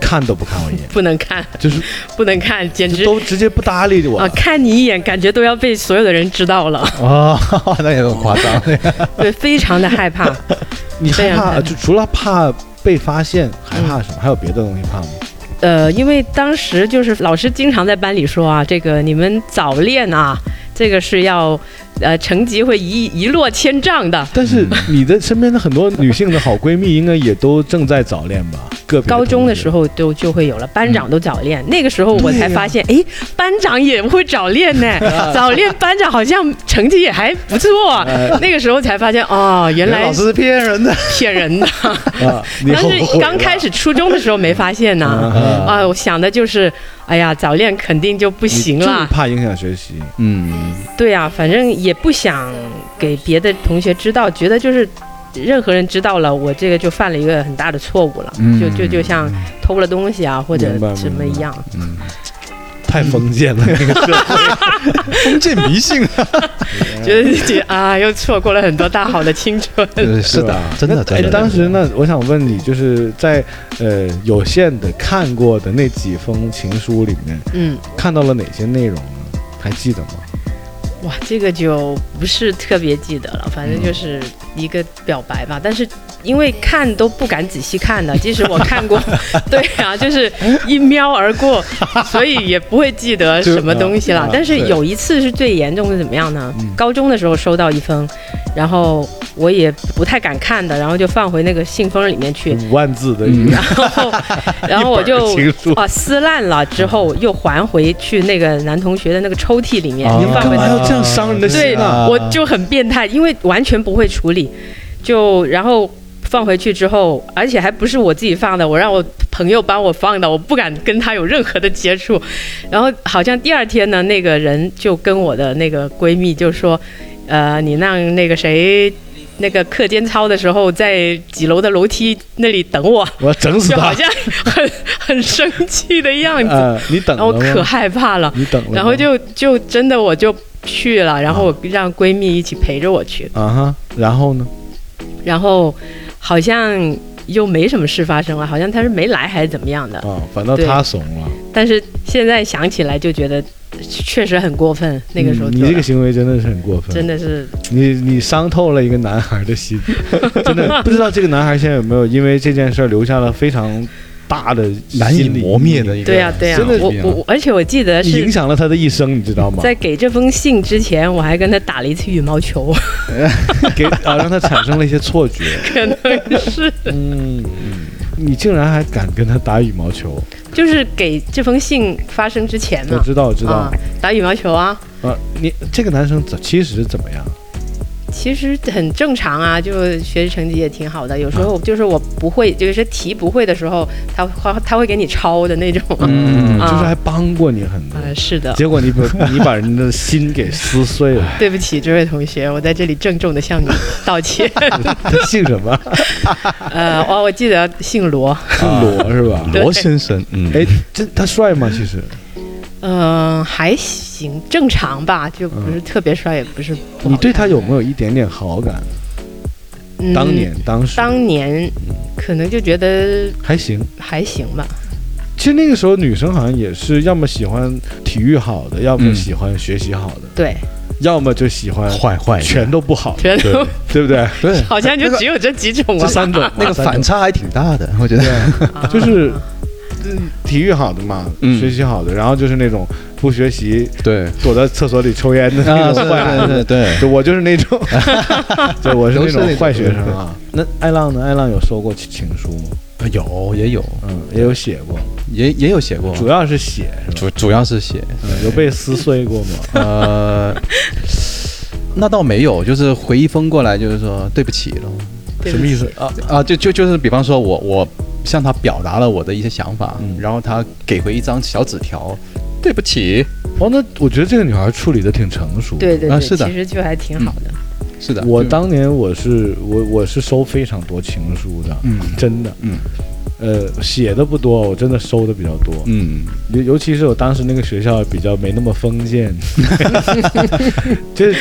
S2: 看都不看我 一眼，
S1: 不能看，
S2: 就是
S1: 不能看，简直
S2: 就都直接不搭理我
S1: 啊，看你一眼，感觉都要被所有的人知道 了，
S2: 啊
S3: 哦， 那也很夸张。
S1: 对，非常的害怕。
S2: 你害
S1: 这样
S2: 怕
S1: 看
S2: 就除了怕被发现，还怕什么？还有别的东西怕吗？
S1: 呃，因为当时就是老师经常在班里说啊，这个你们早恋啊，这个是要，呃，成绩会一一落千丈的。
S2: 但
S3: 嗯
S2: 是你的身边的很多女性的好闺蜜，应该也都正在早恋吧？个别
S1: 高中的时
S2: 候，
S1: 候就就会有了，班长都早恋，那个时候我才发
S2: 嗯
S1: 现，诶，班长也会早恋 呢，
S2: 啊
S1: 早恋班长好像成绩也还不错，啊
S2: 哎
S1: 那个时候才发现哦，原来
S3: 老师是骗人的，
S1: 骗人的。
S2: 啊 你
S1: 但
S2: 后悔
S1: 是
S2: 了
S1: 刚开始初中的时候没发现呢，
S2: 啊
S1: 啊，我想的就是，哎呀，早恋肯定就不行
S2: 你就是
S1: 了。
S2: 怕影响学习。
S3: 嗯，
S1: 对啊，反正也不想给别的同学知道，觉得就是任何人知道了，我这个就犯了一个很大的错误了，
S3: 嗯
S1: 就就就像偷了东西啊或者
S2: 明白
S1: 什么一样。
S2: 太封建了，
S3: 嗯
S2: 那个社会
S3: 封建迷信。啊
S2: 嗯
S1: 觉得自己啊，又错过了很多大好的青春。
S3: 是的
S2: 吧，
S3: 真
S2: 那
S3: 的真
S2: 哎
S3: 的。啊
S2: 当时呢，我想问你，就是在呃有限的看过的那几封情书里面，
S1: 嗯，
S2: 看到了哪些内容呢？还记得吗？
S1: 哇，这个就不是特别记得了，反正就是一个表白
S2: 嗯
S1: 吧。但是因为看都不敢仔细看 的，即使我看过， 对啊，就是一瞄而 过，所以也不会记得什么东西
S2: 就啊
S1: 了。但是
S2: 对嗯
S1: 有一次是最严重的，怎么样呢？高中的时候收到一封，然后我也不太敢看的，然后就放回那个信封里面去。
S2: 五万字的一个
S1: 然 后，然后我就
S2: 嗯一本情书
S1: 啊撕烂了之后，又还回去那个男同学的那个抽屉里面，
S3: 啊
S2: 你
S1: 又
S2: 们
S1: 放
S2: 干
S1: 回
S2: 嘛
S1: 去。
S2: 要这样伤人的
S1: 对
S2: 心啊？
S3: 啊
S1: 我就很变态，因为完全不会处理，就然后放回去之后，而且还不是我自己放的，我让我朋友帮我放的，我不敢跟他有任何的接触。然后好像第二天呢，那个人就跟我的那个闺蜜就说，呃，你让那个谁。那个课间操的时候，在几楼的楼梯那里等我，
S2: 我要整死
S1: 就好
S2: 他！
S1: 像很 很生气的样子，
S2: 呃，你等
S1: 然后
S2: 了
S1: 可
S2: 吗？
S1: 害怕了，
S2: 你等了吗，
S1: 然后就就真的我就去了，然后我
S2: 嗯
S1: 让闺蜜一起陪着我去，
S2: 啊哈，然后呢？
S1: 然后好像又没什么事发生了，好像她是没来还是怎么样的。
S2: 啊，反倒
S1: 对
S2: 他怂了。
S1: 但是现在想起来就觉得确实很过分，那个时候做
S2: 嗯你
S1: 的、
S2: 这个行为真的是很过分，
S1: 真的是
S2: 你你伤透了一个男孩的心，真的不知道这个男孩现在有没有因为这件事儿留下了非常大的
S3: 难以
S2: 心理
S3: 磨灭
S2: 阴
S3: 的
S2: 影
S3: 一个，
S1: 对呀、对呀、
S2: 真的
S1: 我我我而且我记得
S2: 你影
S1: 是
S2: 响了他的一生，你知道吗？
S1: 在给这封信之前，我还跟他打了一次羽毛球，
S2: 给啊，让他产生了一些错觉。
S1: 可能 是
S2: 嗯，你竟然还敢跟他打羽毛球？
S1: 就是给这封信发生之前
S2: 我
S1: 嘛，
S2: 知道，我知道。
S1: 啊
S2: 啊，，
S1: 打羽毛球啊，
S2: 你这个男生怎其实怎么样？
S1: 其实很正常啊，就学习成绩也挺好的。有时候
S2: 啊
S1: 就是我不会，就是题不会的时候，他会他会给你抄的那种啊。
S3: 嗯
S2: 就是
S1: 啊
S2: 还帮过你很多，
S1: 呃是的，
S2: 结果你把你把人的心给撕碎了。
S1: 对不起，这位同学，我在这里郑重的向你道 歉。
S2: 他姓什 么？
S1: 呃，哦，我记得姓罗，
S2: 姓
S3: 啊
S2: 罗是吧？
S1: 对
S3: 罗先生，嗯，
S2: 哎，这他帅吗？其实
S1: 嗯、还行，正常吧，就不是特别帅，也不是不好
S2: 你对他有没有一点点好感？
S1: 嗯
S2: 当年当时
S1: 当年可能就觉得
S2: 还行。
S1: 还行吧，
S2: 其实那个时候女生好像也是，要么喜欢体育好的，要么
S3: 嗯
S2: 喜欢学习好的，
S1: 对，
S2: 要么就喜欢
S3: 坏坏的，
S2: 全都不好，
S1: 觉得
S2: 对不对？
S3: 对
S1: 好像就只有这几种啊
S2: 这
S1: 了吧。
S2: 三种嘛，
S3: 那个
S2: 三种
S3: 反差还挺大的，我觉得。
S1: 啊
S2: 就是体育好的嘛，
S3: 嗯
S2: 学习好的，然后就是那种不学习
S3: 对，
S2: 躲在厕所里抽烟的那
S3: 啊，
S2: 种
S3: 对
S2: 坏孩
S3: 对
S2: 子
S3: 对。对，
S2: 就我就是那 种，对，我是那种坏学生
S3: 都是
S2: 啊。那艾浪呢？艾浪有收过情情书吗？
S3: 啊 有也有
S2: 嗯，也有写过，
S3: 也也有写过，
S2: 主要是写是吧？
S3: 主主要是 写，
S2: 嗯有被撕碎过吗？
S3: 呃，那倒没有，就是回一封过来，就是说对不起了。
S1: 对
S2: 什
S1: 不
S2: 么
S1: 起
S2: 意思？
S3: 啊啊，就就就是比方说我我向他表达了我的一些想法，
S2: 嗯
S3: 然后他给回一张小纸条，对不起，
S2: 哦，那我觉得这个女孩处理的挺成熟。
S1: 对对对，
S3: 啊是的
S1: 其实就还挺好的。
S3: 是的，
S2: 我
S3: 就
S2: 当年我是我我是收非常多情书的，
S3: 嗯
S2: 真的，
S3: 嗯，
S2: 呃，写的不多，我真的收的比较多，
S3: 嗯
S2: 尤尤其是我当时那个学校比较没那么封 建，就是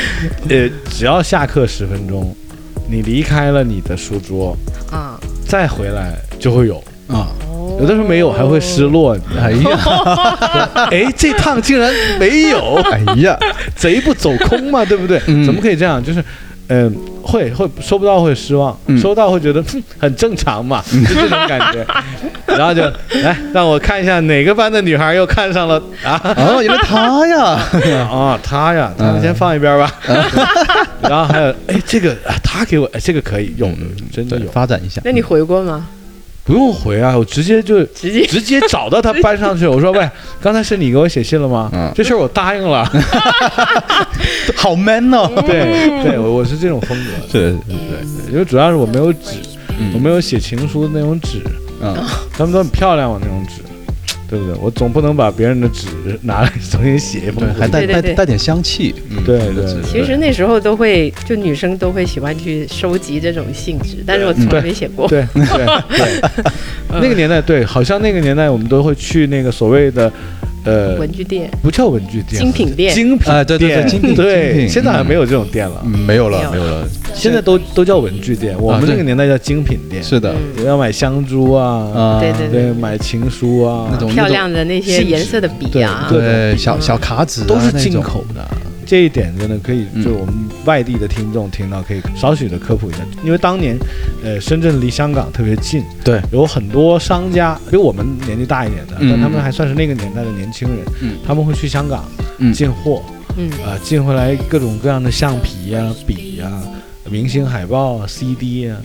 S2: 呃，只要下课十分钟，你离开了你的书桌，
S1: 啊，
S2: 再回来就会有。
S3: 啊，
S1: 有
S2: 有的时候没有还会失。落，你知道吗
S3: 哎 呀
S2: 哎，这趟竟然没有，
S3: 哎呀，
S2: 贼不走空 嘛，对不对？
S3: 嗯
S2: 怎么可以这样？就是，嗯、会会收不到会失望，
S3: 嗯
S2: 收到会觉得哼很正常嘛，就这种 感觉。然后就来让我看一下哪个班的女孩又看上了 啊
S3: 哦，原来他呀，
S2: 啊，她呀，那
S3: 嗯
S2: 先放一边吧。 然后还有，哎，这个啊她给我，哎这个可以，有的真 的
S3: 嗯对
S2: 有，
S3: 发展一下，
S1: 那你回过吗？
S2: 不用回啊，我直接就
S1: 直接
S2: 直接找到他班上去。我说喂，刚才是你给我写信了吗？
S3: 嗯
S2: 这事儿我答 应了。
S3: 好 man 哦，嗯
S2: 对对，我我是这种风格的，
S3: 对，
S2: 对因为主要是我没有纸，我
S3: 嗯
S2: 没有写情书的那种纸，
S3: 啊，
S2: 他们都很漂亮嘛，那种纸，对不对？我总不能把别人的纸 拿来重新写一封
S3: 对，，还带
S1: 对对
S3: 带
S1: 对
S3: 带点香气，嗯
S2: 对
S3: 这个
S2: 对
S3: 字
S1: 其实那时候都会，就女生都会喜欢去收集这种信纸，但是我从来没写过。
S2: 对对对，那个年代对，好像那个年代我们都会去那个所谓的，呃，
S1: 文具店、
S2: 不叫文具店，
S1: 精品店
S2: 精品
S3: 啊对对对精品
S2: 对
S3: 精品
S2: 现在好像
S3: 嗯
S2: 没有这种店了，嗯
S3: 嗯没有了，
S1: 没
S3: 没
S1: 有
S3: 有了，
S2: 现在都都叫文具店，我
S3: 啊
S2: 们
S3: 对
S2: 那个年代叫精品店，
S3: 是的，
S1: 嗯
S2: 要买香珠啊，
S3: 啊，
S1: 对对
S2: 对，买情书啊，
S3: 那种
S1: 漂亮的那些颜色的笔啊
S2: 信纸，各
S3: 对小小卡纸啊
S2: 都是
S3: 那种
S2: 进口的。这一点真的可以，
S1: 嗯
S2: 就是我们外地的听众听到可以少许的科普一下，因为当年，呃，深圳离香港特别近，
S3: 对，
S2: 有很多商家比我们年纪大一点的，
S3: 嗯
S2: 但他们还算是那个年代的年轻人，
S3: 嗯
S2: 他们会去香港呃
S3: 嗯
S2: 进货，
S1: 嗯，
S2: 啊，进回来各种各样的橡皮啊、笔啊、明星海报啊、CD 啊、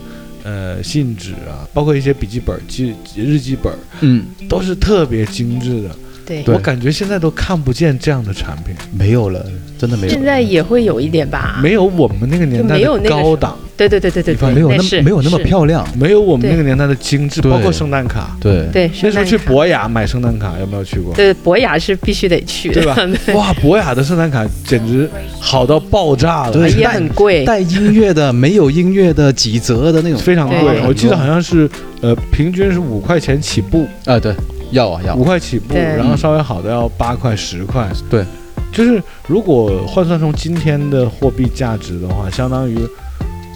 S2: 呃信纸啊，包括一些笔记本、记日记本，
S3: 嗯，
S2: 都是特别精致的。
S1: 对。
S3: 对
S2: 我感觉现在都看不见这样的产品，
S3: 没有了，真的没有了，
S1: 现在也会有一点吧，
S2: 没有我们那个年代
S1: 啊就没有
S2: 的
S1: 那个
S2: 高档，
S1: 对对对对对，对
S3: 没有
S1: 那
S3: 那
S1: 是
S3: 么没有那么
S1: 是
S3: 漂亮，
S2: 没有我们那个年代的精致，
S3: 对
S2: 包括圣诞卡。
S3: 对，
S1: 对，
S2: 那时候去
S1: 圣诞卡
S2: 博雅买圣诞卡，有没有去过？
S1: 对博雅是必须得去的，
S2: 对 吧哇，博雅的圣诞卡简直好到爆炸了，
S3: 对
S1: 也很贵，
S3: 带音乐的，没有音乐的，几折的那 种，
S2: 非常贵
S1: 对。
S2: 我记得好像是呃，平均是五块钱起步。
S3: 啊，对，要啊要
S2: 五，块起步，
S1: 对
S2: 然后稍微好的要八块十块，
S3: 对，
S2: 就是如果换算成今天的货币价值的话，相当于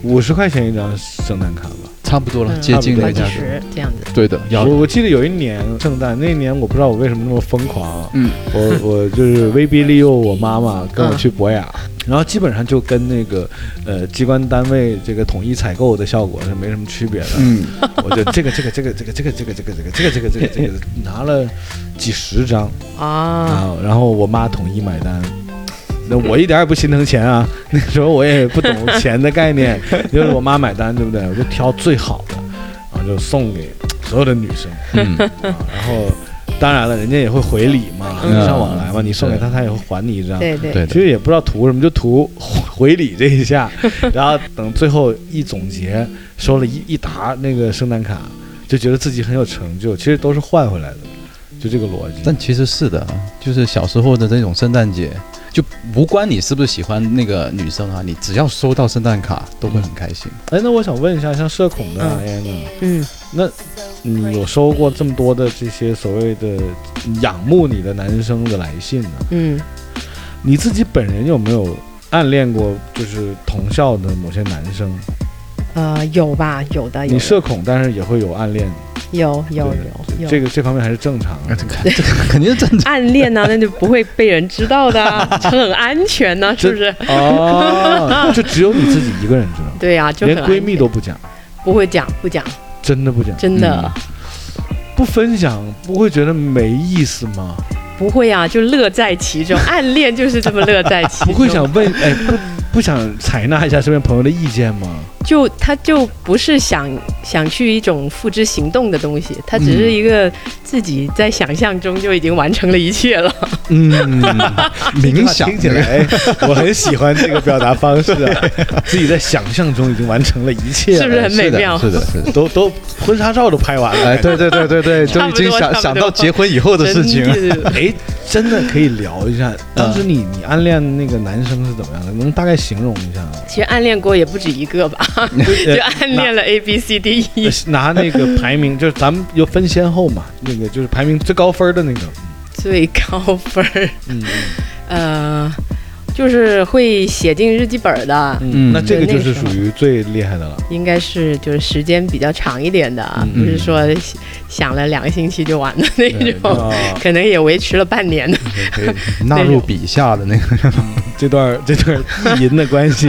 S2: 五十块钱一张圣诞卡吧。
S3: 差不多了，
S1: 嗯
S3: 接近
S1: 好
S3: 了
S1: 几
S3: 价格。
S1: 十这样子，
S3: 对的，要
S2: 我我记得有一年圣诞，那一年我不知道我为什么那么疯狂啊，
S3: 嗯
S2: 我我就是威逼利诱我妈妈跟我去博雅，然后基本上就跟那个呃机关单位这个统一采购的效果是没什么区别的。
S3: 嗯，
S2: 我就这个这个这个这个这个这个这个这个这个这个这个这个拿了几十张
S1: 啊，
S2: 啊，然后我妈统一买单。那我一点也不心疼钱啊， 那时候我也不懂钱的概念，就是我妈买单，对不对？我就挑最好的，然后就送给所有的女生。
S3: 嗯，
S2: 啊，然后当然了，人家也会回礼嘛，
S1: 嗯
S2: 礼尚往来嘛，你送给他，他也会还你一张。
S1: 对对
S3: 对
S2: 其
S3: 的，
S2: 实也不知道图什么，就图回礼这一下，然后等最后一总结，收了一一沓那个圣诞卡，就觉得自己很有成就，其实都是换回来的，就这个逻辑。
S3: 但其实是的，就是小时候的这种圣诞节，就无关你是不是喜欢那个女生啊，你只要收到圣诞卡都会很开心。
S2: 哎，那我想问一下，像社恐的 A 呢，
S1: 嗯，
S2: 你有收过这么多的这些所谓的仰慕你的男生的来信呢？
S1: 嗯，
S2: 你自己本人有没有暗恋过就是同校的某些男生？
S1: 呃，有吧，有的，有的
S2: 你社恐，但是也会有暗恋，
S1: 有有
S2: 对
S1: 有有
S2: 这个这方面还是正常的。
S3: 啊这个这个肯定是正常。
S1: 暗恋呢，那就不会被人知道的 啊，就很安全呢，是不是？
S2: 哦， 就只有你自己一个人知道，
S1: 对呀，就很
S2: 连
S1: 安
S2: 闺蜜
S1: 全
S2: 都不讲，
S1: 不会讲，不讲，
S2: 真的不讲，
S1: 真的
S2: 嗯不分享，不会觉得没意思吗？
S1: 不会啊，就乐在其 中，暗恋就是这么乐在其中，
S2: 不会想问，哎，不不想采纳一下身边朋友的意见吗？
S1: 就他就不是想想去一种付之行动的东西，他只是一个自己在想象中就已经完成了一切 了。
S3: 嗯，冥
S2: 这句话
S3: 想
S2: 听起来，哎我很喜欢这个表达方式啊， 自己在想象中已经完成了一切了，
S1: 是不是很美妙
S3: 哎是的，是的，是的。
S2: 都都婚纱照都拍完了
S3: 哎，。对对对 对对，都
S1: 差
S3: 已
S1: 不多
S3: 经
S1: 差
S3: 想
S1: 不多
S3: 想到结婚以后的事情了。
S1: 真的
S2: 哎，真的可以聊一下，当时你你暗恋那个男生是怎么样的？能大概形容一下吗？
S1: 其实暗恋过也不止一个 吧， 就暗恋了 A B C D E，
S2: 拿那个排名，就是咱们有分先后嘛，那个就是排名最高分的那个。
S1: 最高分儿，
S2: 嗯
S1: 呃，就是会写进日记本儿的，
S2: 嗯，那这个就
S1: 那
S2: 是
S1: 个时
S2: 属
S1: 候
S2: 于最厉害的了。
S1: 应该是就是时间比较长一点的啊，
S2: 嗯
S1: 不是说想了两个星期就完的那种，
S2: 啊，
S1: 可能也维持了半 年的。
S2: 可以，
S3: 纳入笔下的那个，
S2: 这段这段意淫的关 系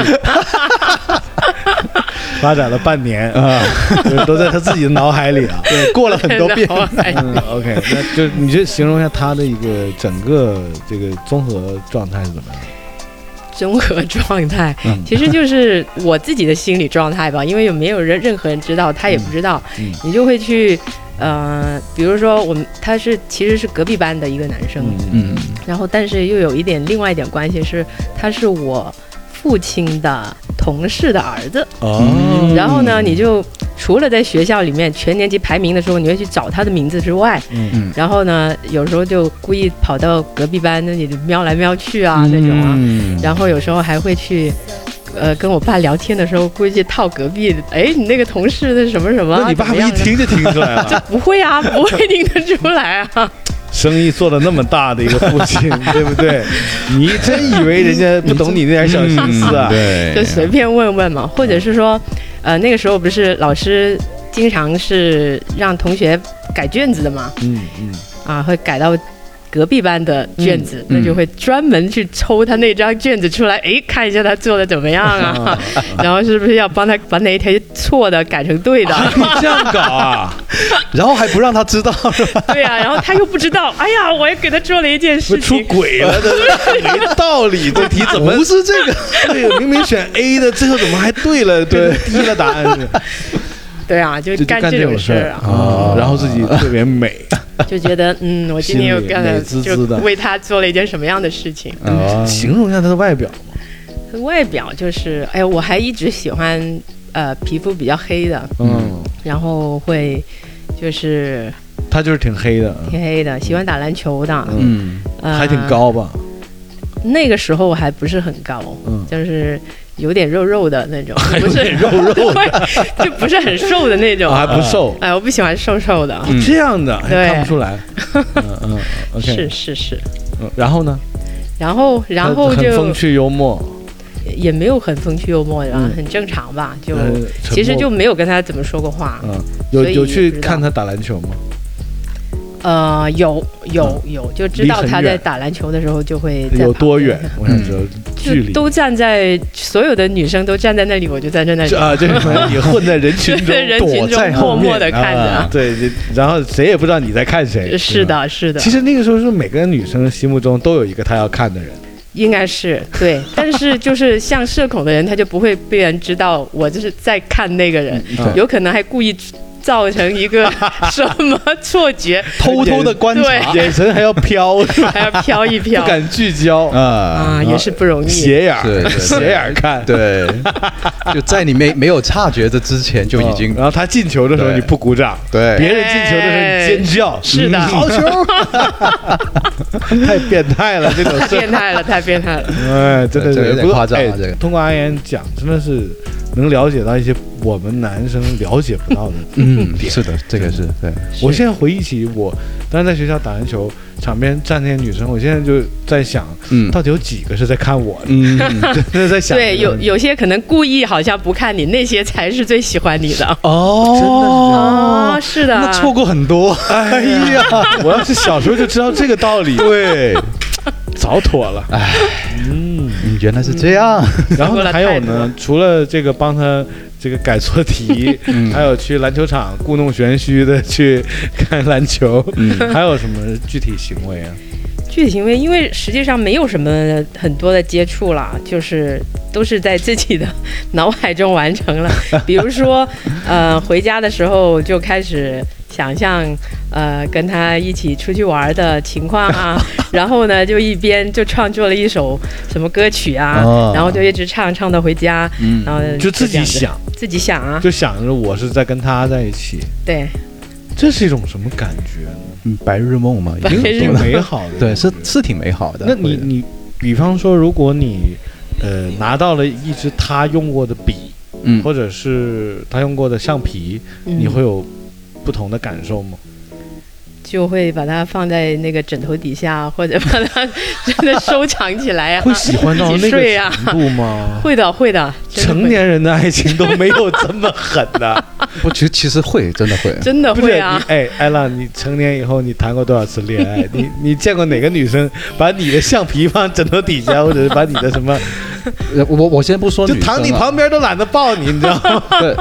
S2: 发展了半年啊，就是都在他自己的脑海里啊。
S3: 对，过了很 多遍。
S1: 然后哎还
S2: 嗯，OK，那就你就形容一下他的一个整个这个综合状态是怎么样的？
S1: 综合状态
S3: 嗯，
S1: 其实就是我自己的心理状态吧，因为也没有人任何人知道，他也不知道，
S2: 嗯嗯
S1: 你就会去，呃，比如说我们他是其实是隔壁班的一个男生，
S3: 嗯，
S1: 然后但是又有一点另外一点关系是，他是我父亲的同事的儿子，
S2: 哦，
S1: 然后呢，你就除了在学校里面全年级排名的时候，你会去找他的名字之外，
S2: 嗯
S1: 然后呢，有时候就故意跑到隔壁班那里就瞄来瞄去啊那种啊，
S3: 嗯
S1: 然后有时候还会去。呃，跟我爸聊天的时候，估计套隔壁，哎，你那个同事那什么什么啊，
S2: 那你爸
S1: 怎么
S2: 爸
S1: 样
S2: 一
S1: 啊，
S2: 听就听出来了，
S1: 不会啊，不会听得出来啊，
S2: 生意做的那么大的一个父亲，对不 对？你真以为人家不懂你那点小心思啊？
S3: 对，
S1: 就随便问问嘛，或者是说，
S2: 嗯
S1: 呃，那个时候不是老师经常是让同学改卷子的嘛，
S2: 嗯嗯，
S1: 啊，会改到隔壁班的卷子，
S2: 嗯
S1: 那就会专门去抽他那张卷子出来，诶，看一下他做的怎么样啊， 然后是不是要帮他把哪一条错的改成对的？
S3: 你这样搞啊， 然后还不让他 知道，
S1: 对啊，然后他又不知道，哎呀，我又给他做了一件
S2: 不
S1: 事
S2: 出
S1: 情，
S2: 轨 了，这没道理，这题怎么
S3: 不是这个，
S2: 对？明明选 A 的，最后怎么还对了，嗯 对低了答案是
S1: 对啊，就
S2: 就
S1: 干
S2: 这
S1: 这种事儿
S2: 儿
S1: 啊，
S2: 啊，然后自己特别美，
S1: 就觉得嗯，我今天又
S2: 心里
S1: 干了
S2: 美，滋
S1: 就
S2: 滋的
S1: 为他做了一件什么样的事情。
S3: 啊
S2: 嗯形容一下他的外表，
S1: 外表就是，哎，我还一直喜欢，呃，皮肤比较黑的，
S2: 嗯，
S1: 然后会就是
S2: 他就是挺黑的，
S1: 挺黑的，喜欢打篮球的，
S3: 嗯，
S1: 呃、
S2: 还挺。高吧？
S1: 那个时候还不是很高，
S2: 嗯
S1: 就是有点肉肉的 那种，不是肉肉的，就 不是很瘦的那种。
S2: 啊，还不瘦，
S1: 哎，我不喜欢瘦瘦的。
S3: 嗯
S2: 这样的哎
S1: 对
S2: 还看不出来，嗯嗯，OK，
S1: 是是是，
S2: 嗯然后呢？
S1: 然后然后
S2: 很风
S1: 就
S2: 趣幽默，
S1: 也没有很风趣幽默吧
S2: 嗯，
S1: 很正常吧，就
S2: 呃沉
S1: 其实
S2: 默
S1: 就没有跟他怎么说过话。
S2: 嗯，有
S1: 所以
S2: 有
S1: 也
S2: 去
S1: 不知道
S2: 看他打篮球吗？
S1: 呃，有有有，就知
S2: 离
S1: 道
S2: 很
S1: 他在
S2: 远
S1: 打篮球的时候就会在
S2: 有
S1: 旁
S2: 多
S1: 边
S2: 嗯
S1: 嗯
S2: 远？我想知道
S1: 就
S2: 距离。
S1: 都站在所有的女生都站在那里，我就站呃在那里
S2: 这，啊，这可能也混在人群 中
S1: 对人
S2: 躲
S1: 群
S2: 在
S1: 中
S2: 后
S1: 默
S2: 面。
S1: 默的看着。
S3: 啊
S2: 对，就然后谁也不知道你在看谁。
S1: 是
S2: 哎对吧。
S1: 的，是的，
S2: 其实那个时候是每个女生心目中都有一个她要看的人，
S1: 应该是对。但是就是像社恐的人，他就不会被人知道我就是在看那个
S2: 嗯
S1: 人，
S3: 对
S1: 有可能还故意造成一 个什么错觉，
S3: 偷偷的观
S1: 对
S3: 察
S2: 眼神还要飘，是吧
S1: 还要飘一
S2: 不
S1: 飘
S2: 敢聚焦，
S3: 啊
S1: 啊，，也是不容易。
S2: 斜眼儿
S3: 对对对
S2: 斜眼儿看。
S3: 对，就在你没没有察觉的之前就已经
S2: 嗯然后他进球的时候
S3: 对
S2: 你不鼓掌，
S3: 对
S2: 别人进球的时候你尖叫，
S1: 是的
S2: 嗯好球，太变态了这种事
S1: 变态了，太变态了！
S2: 哎，真的
S3: 这个有
S2: 是
S3: 点
S2: 不过
S3: 夸张啊
S2: 哎
S3: 这个
S2: 通过阿言讲，真的是能了解到一些我们男生了解不到的。
S3: 嗯，是的，这 个是对，
S2: 我现在回忆起我当时在学校打篮球，场边站那些女生，我现在就在想，
S3: 嗯
S2: 到底有几个是在看我的？
S3: 嗯，
S2: 真的在 想这个
S1: 对，有
S2: 问题
S1: 有些可能故意好像不看你，那些才是最喜欢你的。
S3: 哦，
S1: 啊，是的，
S3: 那错过很多，哎呀，
S2: 我要是小时候就知道这个道理，对， 早妥了。
S3: 嗯原来是这样，
S2: 然后
S1: 过
S2: 呢
S1: 了
S2: 还有
S1: 太多
S2: 呢
S1: 了，
S2: 除了这个帮他这个改错题，
S3: 嗯
S2: 还有去篮球场故弄玄虚的去看篮球，
S3: 嗯
S2: 还有什么具体行为啊？
S1: 具体行为，因为实际上没有什么很多的接触了，就是都是在自己的脑海中完成了。比如说，呃，回家的时候就开始想象，呃，跟他一起出去玩的情况啊，然后呢，就一边就创作了一首什么歌曲啊，
S3: 哦
S1: 然后就一直唱唱到回家，
S3: 嗯
S1: 然后
S2: 就自
S1: 这
S2: 己
S1: 样子，
S2: 想，
S1: 自己想啊，
S2: 就想着我是在跟他在一起，
S1: 对，
S2: 这是一种什么感觉呢？
S3: 嗯白日梦嘛，
S1: 白
S3: 已经
S1: 日
S2: 挺
S3: 有了
S2: 美好的。
S3: 对，是是挺美好的。
S2: 那你
S3: 会的
S2: 你，比方说，如果你呃拿到了一支他用过的笔，
S3: 嗯
S2: 或者是他用过的橡皮，
S1: 嗯
S2: 你会有不同的感受吗？
S1: 就会把它放在那个枕头底下，或者把它真的收藏起来啊，
S2: 会喜欢到
S1: 一
S2: 那
S1: 起睡
S3: 嗯
S2: 个
S1: 啊
S2: 程度吗？
S1: 会的，会的，真的会
S2: 成年人的爱情都没有这么狠 的，
S3: 不，其实其实会，真的会。
S1: 真的
S2: 不是
S1: 会
S2: 你
S1: 啊，
S2: 哎，艾拉，你成年以后你谈过多少次恋 爱？你你见过哪个女生把你的橡皮放枕头底下，或者是把你的什么
S3: 呃我我先不说
S2: 就
S3: 女
S2: 躺
S3: 生
S2: 你
S3: 啊
S2: 旁边都懒得抱你，你知道吗？
S3: 对，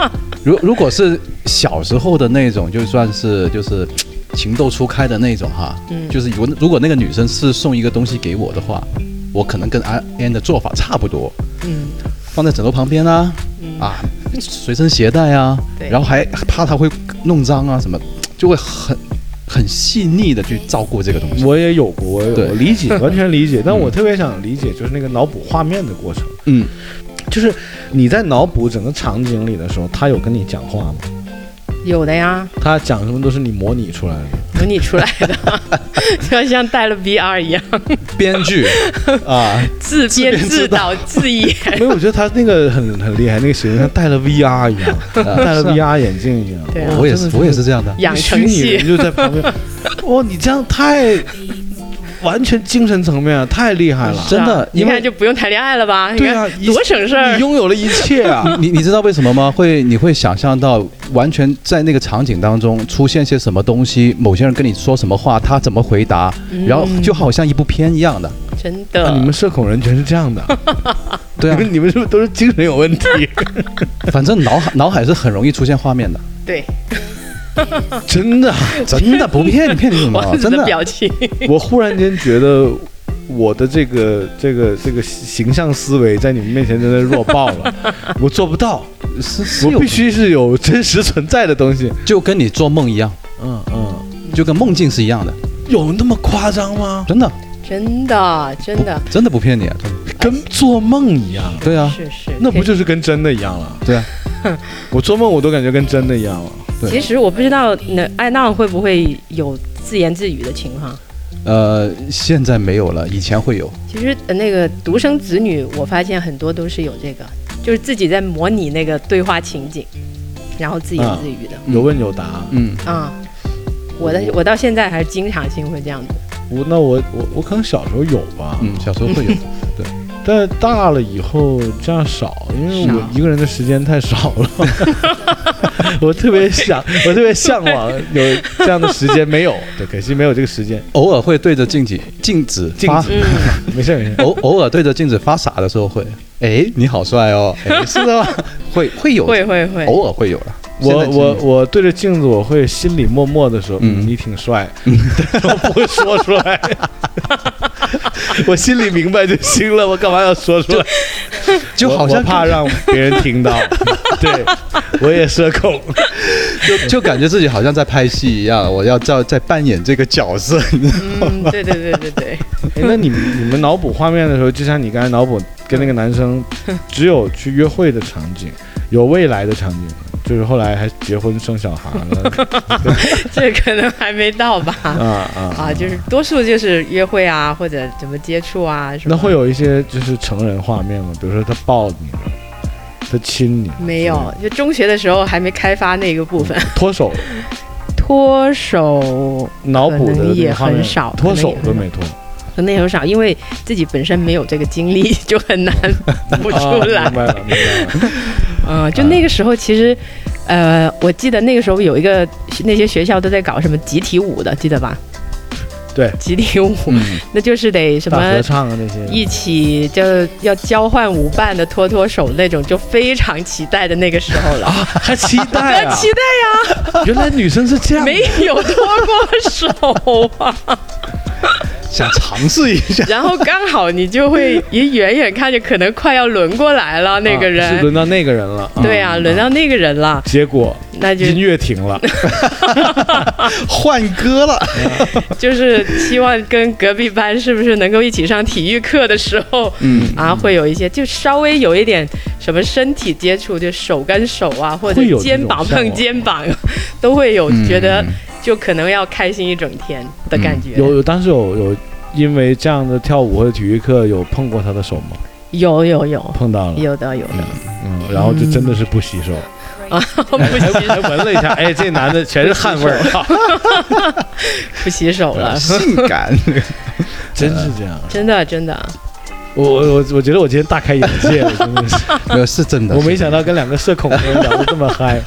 S3: 如如果是小时候的那种，就算是就是情窦初开的那种哈，
S1: 嗯
S3: 就是如如果那个女生是送一个东西给我的话，我可能跟阿 N 的做法差不多，
S1: 嗯，
S3: 放在枕头旁边啊，啊，随身携带啊，
S1: 对
S3: 然后还怕她会弄脏啊什么，就会很很细腻的去照顾这个东西。
S2: 我也有过，我也有过
S3: 对
S2: 理解，完全理解。但我特别想理解，就是那个脑补画面的过程，
S3: 嗯，
S2: 就是你在脑补整个场景里的时候，他有跟你讲话吗？
S1: 有的呀，
S2: 他讲什么都是你模拟出来 的，
S1: 模拟出来的， 就像戴了 VR 一样，
S3: 编剧啊，
S1: 自编自导自演，
S2: 没有，我觉得他那个很很厉害，那个形象戴了 VR 一样，戴 了 VR 眼镜一样。
S1: 啊对啊
S3: 我也是我也是这样的。
S1: 养
S2: 虚
S1: 成
S2: 拟人
S1: 系，
S2: 就在 旁边。哦，你这样太完全精神层面了，太厉害了。
S3: 真的
S1: 啊你
S3: 因为
S1: 看就不用谈恋爱了吧？你
S2: 对啊，
S1: 看
S2: 一
S1: 多省事儿
S2: 你，拥有了一切 啊！
S3: 你你知道为什么吗？会你会想象到完全在那个场景当中出现些什么东西，某些人跟你说什么话，他怎么回答，然后就好像一部片一样的。
S1: 真
S2: 啊你
S1: 的，
S2: 们社恐人全是这样的，
S3: 对 啊
S2: 你，们你们是不是都是精神有问 题？
S3: 反正脑海脑海是很容易出现画面的，
S1: 对，
S2: 啊真 的，啊
S3: 真的不骗你，骗你什 么？
S1: 王子
S3: 真的
S1: 的，表 情，
S2: 我忽然间觉得我的这个这个这个形象思维在你们面前真的弱爆了，我做不到，
S3: 是是
S2: 我
S3: 有
S2: 必，须是有真实存在的东西。
S3: 就跟你做梦一样，
S2: 嗯嗯，
S3: 就跟梦境是一样的，
S2: 有那么夸张吗？
S3: 真的，
S1: 真的，真
S3: 不
S1: 的，
S3: 真的不骗你啊，真的
S2: 跟做梦一样。
S3: 对啊，
S1: 是是，
S2: 那不
S1: 可以
S2: 就是跟真的一样了？
S3: 对啊，
S2: 我做梦我都感觉跟真的一样了。
S3: 对
S1: 其实我不知道那艾娜会不会有自言自语的情况。
S3: 呃，现在没有了，以前会有，
S1: 其实呃那个独生子女，我发现很多都是有这个，就是自己在模拟那个对话情景，然后自
S2: 啊
S1: 言自语的。
S3: 嗯
S2: 有问有答，
S3: 嗯，
S1: 啊、我的我到现在还是经常性会这样子。
S2: 我那我我我可能小时候有吧，
S3: 嗯，小时候会 有，
S2: 但是大了以后这样少，因为我
S1: 少
S2: 一个人的时间太少了。 我特别想，我特别向往有这样的时间，没有，对，可惜没有这个时间。
S3: 偶尔会对着镜子镜子
S2: 镜
S3: 发
S2: 子
S1: 嗯，
S2: 没事没事，
S3: 偶偶尔对着镜子发傻的时候会，哎，你好帅哦， 哎，是的吗？会会有，
S1: 会会会，
S2: 哦
S3: 偶尔会有了。现在
S2: 我
S3: 其实
S2: 我我对着镜子，我会心里默默的说：“
S3: 嗯
S2: 嗯，你挺 帅。”但我不会说出来， 我心里明白就行了，我干嘛要说出来？
S3: 就
S2: 我
S3: 好
S2: 我
S3: 像
S2: 怕让别人听 到，对我也社恐。
S3: 就就感觉自己好像在拍戏一样，我要在在扮演这个角 色，
S1: 嗯，对对对对对，
S2: 哎，那你们你们脑补画面的时候，就像你刚才脑补跟那个男 生只有去约会的场景，有未来的场景，就是后来还结婚生小孩 了
S1: 这可能还没到吧。
S2: 啊啊
S1: 啊，！就是多数就是约会啊，或者怎么接触啊，什么
S2: 那会有一些就是成人画面吗？比如说他抱你，他亲你，
S1: 没有？
S2: 嗯
S1: 就中学的时候还没开发那个 部分，
S2: 脱手，
S1: 脱手
S2: 脑补的
S1: 可能
S2: 那
S1: 也
S2: 个画面
S1: 很少
S2: 脱手
S1: 可能也
S2: 都
S1: 很
S2: 没脱，
S1: 可能很少，因为自己本身没有这个经历，就很 难不 出来。
S2: 啊明白了，明白了。
S1: 嗯，
S2: 啊
S1: 就那个时候其实，呃，我记得那个时候有一个那些学校都在搞什么集体舞的，记得吧？
S2: 对
S1: 集体舞，
S3: 嗯，
S1: 那就是得什
S2: 大合
S1: 么。
S2: 唱啊那些，
S1: 一起就要交换舞伴的拖拖手那种，就非常期待的那个时候了。
S2: 还期 待啊！
S1: 期待
S2: 原来女生是这样，
S1: 没有拖过手啊，
S3: 想尝试一下。
S1: 然后刚好你就会一远远看着，可能快要轮过来了那个
S2: 啊是
S1: 人。
S2: 轮到那个人了。
S1: 对啊，轮到那个人了，
S2: 结果
S1: 那就
S2: 音乐停 了，
S3: 换歌了，
S1: 就是希望跟隔壁班是不是能够一起上体育课的时候，
S3: 嗯，
S1: 啊，会有一些就稍微有一点什么身体接触，就手跟手啊，或者
S2: 会有这种
S1: 肩膀
S2: 向
S1: 碰
S2: 往
S1: 肩膀， 都会有
S3: 嗯
S1: 觉得就可能要开心一整天的感觉。
S2: 有有当时有有因为这样的跳舞或者体育课有碰过他的手吗？
S1: 有有有
S2: 碰到了，
S1: 有的有的，
S2: 嗯，然后就真的是 不洗手，
S1: 啊不洗
S2: 还闻了一下，哎，这男的全是汗味儿，
S1: 不洗手 了，
S3: 性感，
S2: 真是这样。
S1: 真的真的。
S2: 我呃我我我觉得我今天大开眼界 了，真的是，
S3: 没有是真的。
S2: 我没想到跟两个社恐的人聊得这么 嗨，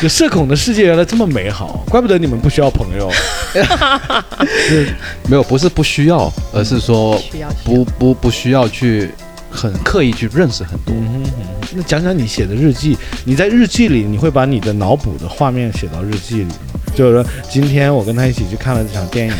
S2: 就社恐的世界原来这么美好，怪不得你们不需要朋友。
S3: 没有，不是不需要，而是说
S1: 需要需要
S3: 不不不需要去很刻意去认识很多。
S2: 嗯哼，那讲讲你写的日记，你在日记里你会把你的脑补的画面写到日记里吗？就是说，今天我跟他一起去看了这场电影，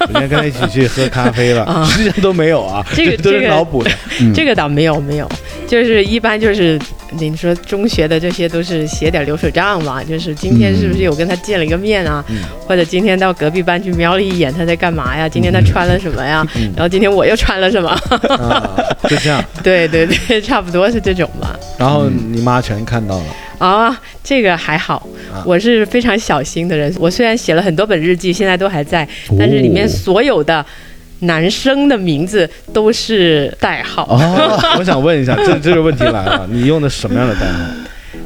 S2: 我今天跟他一起去喝咖啡了，实际上都没有啊，
S1: 这个
S2: 都
S1: 这
S2: 是
S1: 个
S2: 脑补的。
S3: 嗯
S1: 这个倒没有没有，就是一般就是你说中学的这些都是写点流水账嘛，就是今天是不是有跟他见了一个面啊，或者今天到隔壁班去瞄了一眼他在干嘛呀，今天他穿了什么呀，然后今天我又穿了什么，
S2: 啊，就这样。
S1: 对对对，差不多是这种吧。
S2: 然后你妈全看到了，
S1: 啊，这个还好，我是非常小心的人。我虽然写了很多本日记，现在都还在，但是里面所有的男生的名字都是代号。
S2: 哦， 我想问一下，这这个问题来了，你用的什么样的代 号？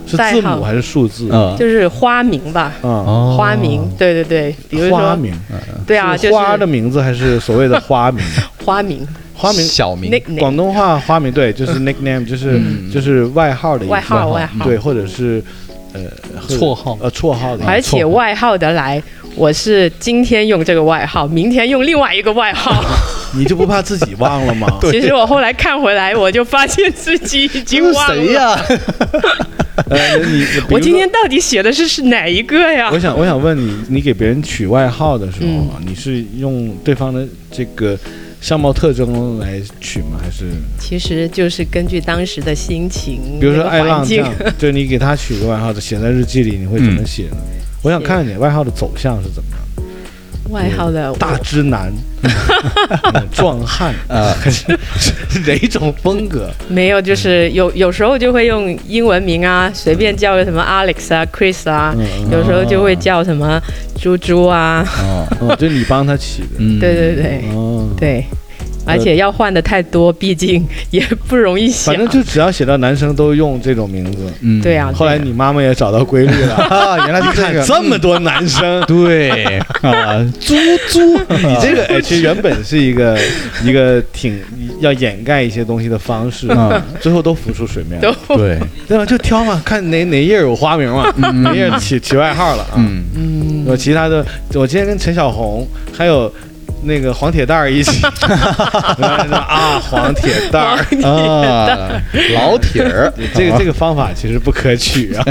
S2: 是
S1: 代
S2: 字
S1: 号
S2: 母还是数字？
S3: 嗯，
S1: 就是花名吧，
S2: 啊，
S3: 哦
S1: 花名，对对对，比如
S2: 花
S1: 说，
S2: 名
S1: 对啊，就是
S2: 花的名字还是所谓的 花名？
S1: 花名，
S2: 花名
S3: 小名
S1: 那
S2: 广东话花名对，就是 nickname，就是、
S3: 嗯
S2: 就是外号的意思
S1: 外号外号
S2: 对，或者是呃或者
S3: 绰号
S2: 呃绰号的意思，
S1: 而且外号得来，我是今天用这个外号，明天用另外一个外 号。
S2: 你就不怕自己忘了吗？
S1: 其实我后来看回来，我就发现自己 已经
S3: 这是
S1: 忘了，
S3: 谁呀？
S2: 呃，你比如说
S1: 我今天到底写的是是哪一个呀
S2: 我？想我想问你，你给别人取外号的时候啊，
S1: 嗯
S2: 你是用对方的这个相貌特征来取吗？还是
S1: 其实就是根据当时的心情，
S2: 比如说
S1: 那个
S2: 爱
S1: 环
S2: 浪这
S1: 境
S2: 样， 就你给他取个外号，写在日记里，你会怎么写呢？我想看看你外号的走向是怎么样，
S1: 外号的我
S2: 大直 男、嗯壮 汉，
S3: 呃，
S2: 哪种风格？
S1: 没有，就是
S2: 嗯
S1: 有有时候就会用英文名啊，随便叫个什么 Alex 啊、Chris 啊，
S2: 嗯
S1: 有时候就会叫什么猪猪啊，
S3: 哦，
S2: 嗯哦，就你帮他起的。
S3: 嗯
S1: 对对对
S2: 哦，
S1: 对。而且要换的太多，毕竟也不容易想
S2: 反。正就只要写到男生都用这种名字。
S3: 嗯，
S1: 对啊，
S2: 后来
S1: 对啊
S2: 你妈妈也找到规律了，
S3: 啊，原来是这个，，
S2: 这么多男 生
S3: 对啊，猪猪，
S2: 你这个 哎，其实原本是一个一个挺要掩盖一些东西的方式，
S3: 嗯
S2: 最后都浮出水面了，
S1: 都
S3: 对，
S2: 对啊吧？就挑嘛，看哪哪页有花名嘛，哪页起起外号了啊。
S3: 嗯，
S1: 嗯，
S2: 我其他的，我今天跟陈小红还有那个黄铁蛋儿一起，然后啊，黄铁蛋儿，
S3: 啊，老铁儿，啊
S2: 这个这个方法其实不可取啊。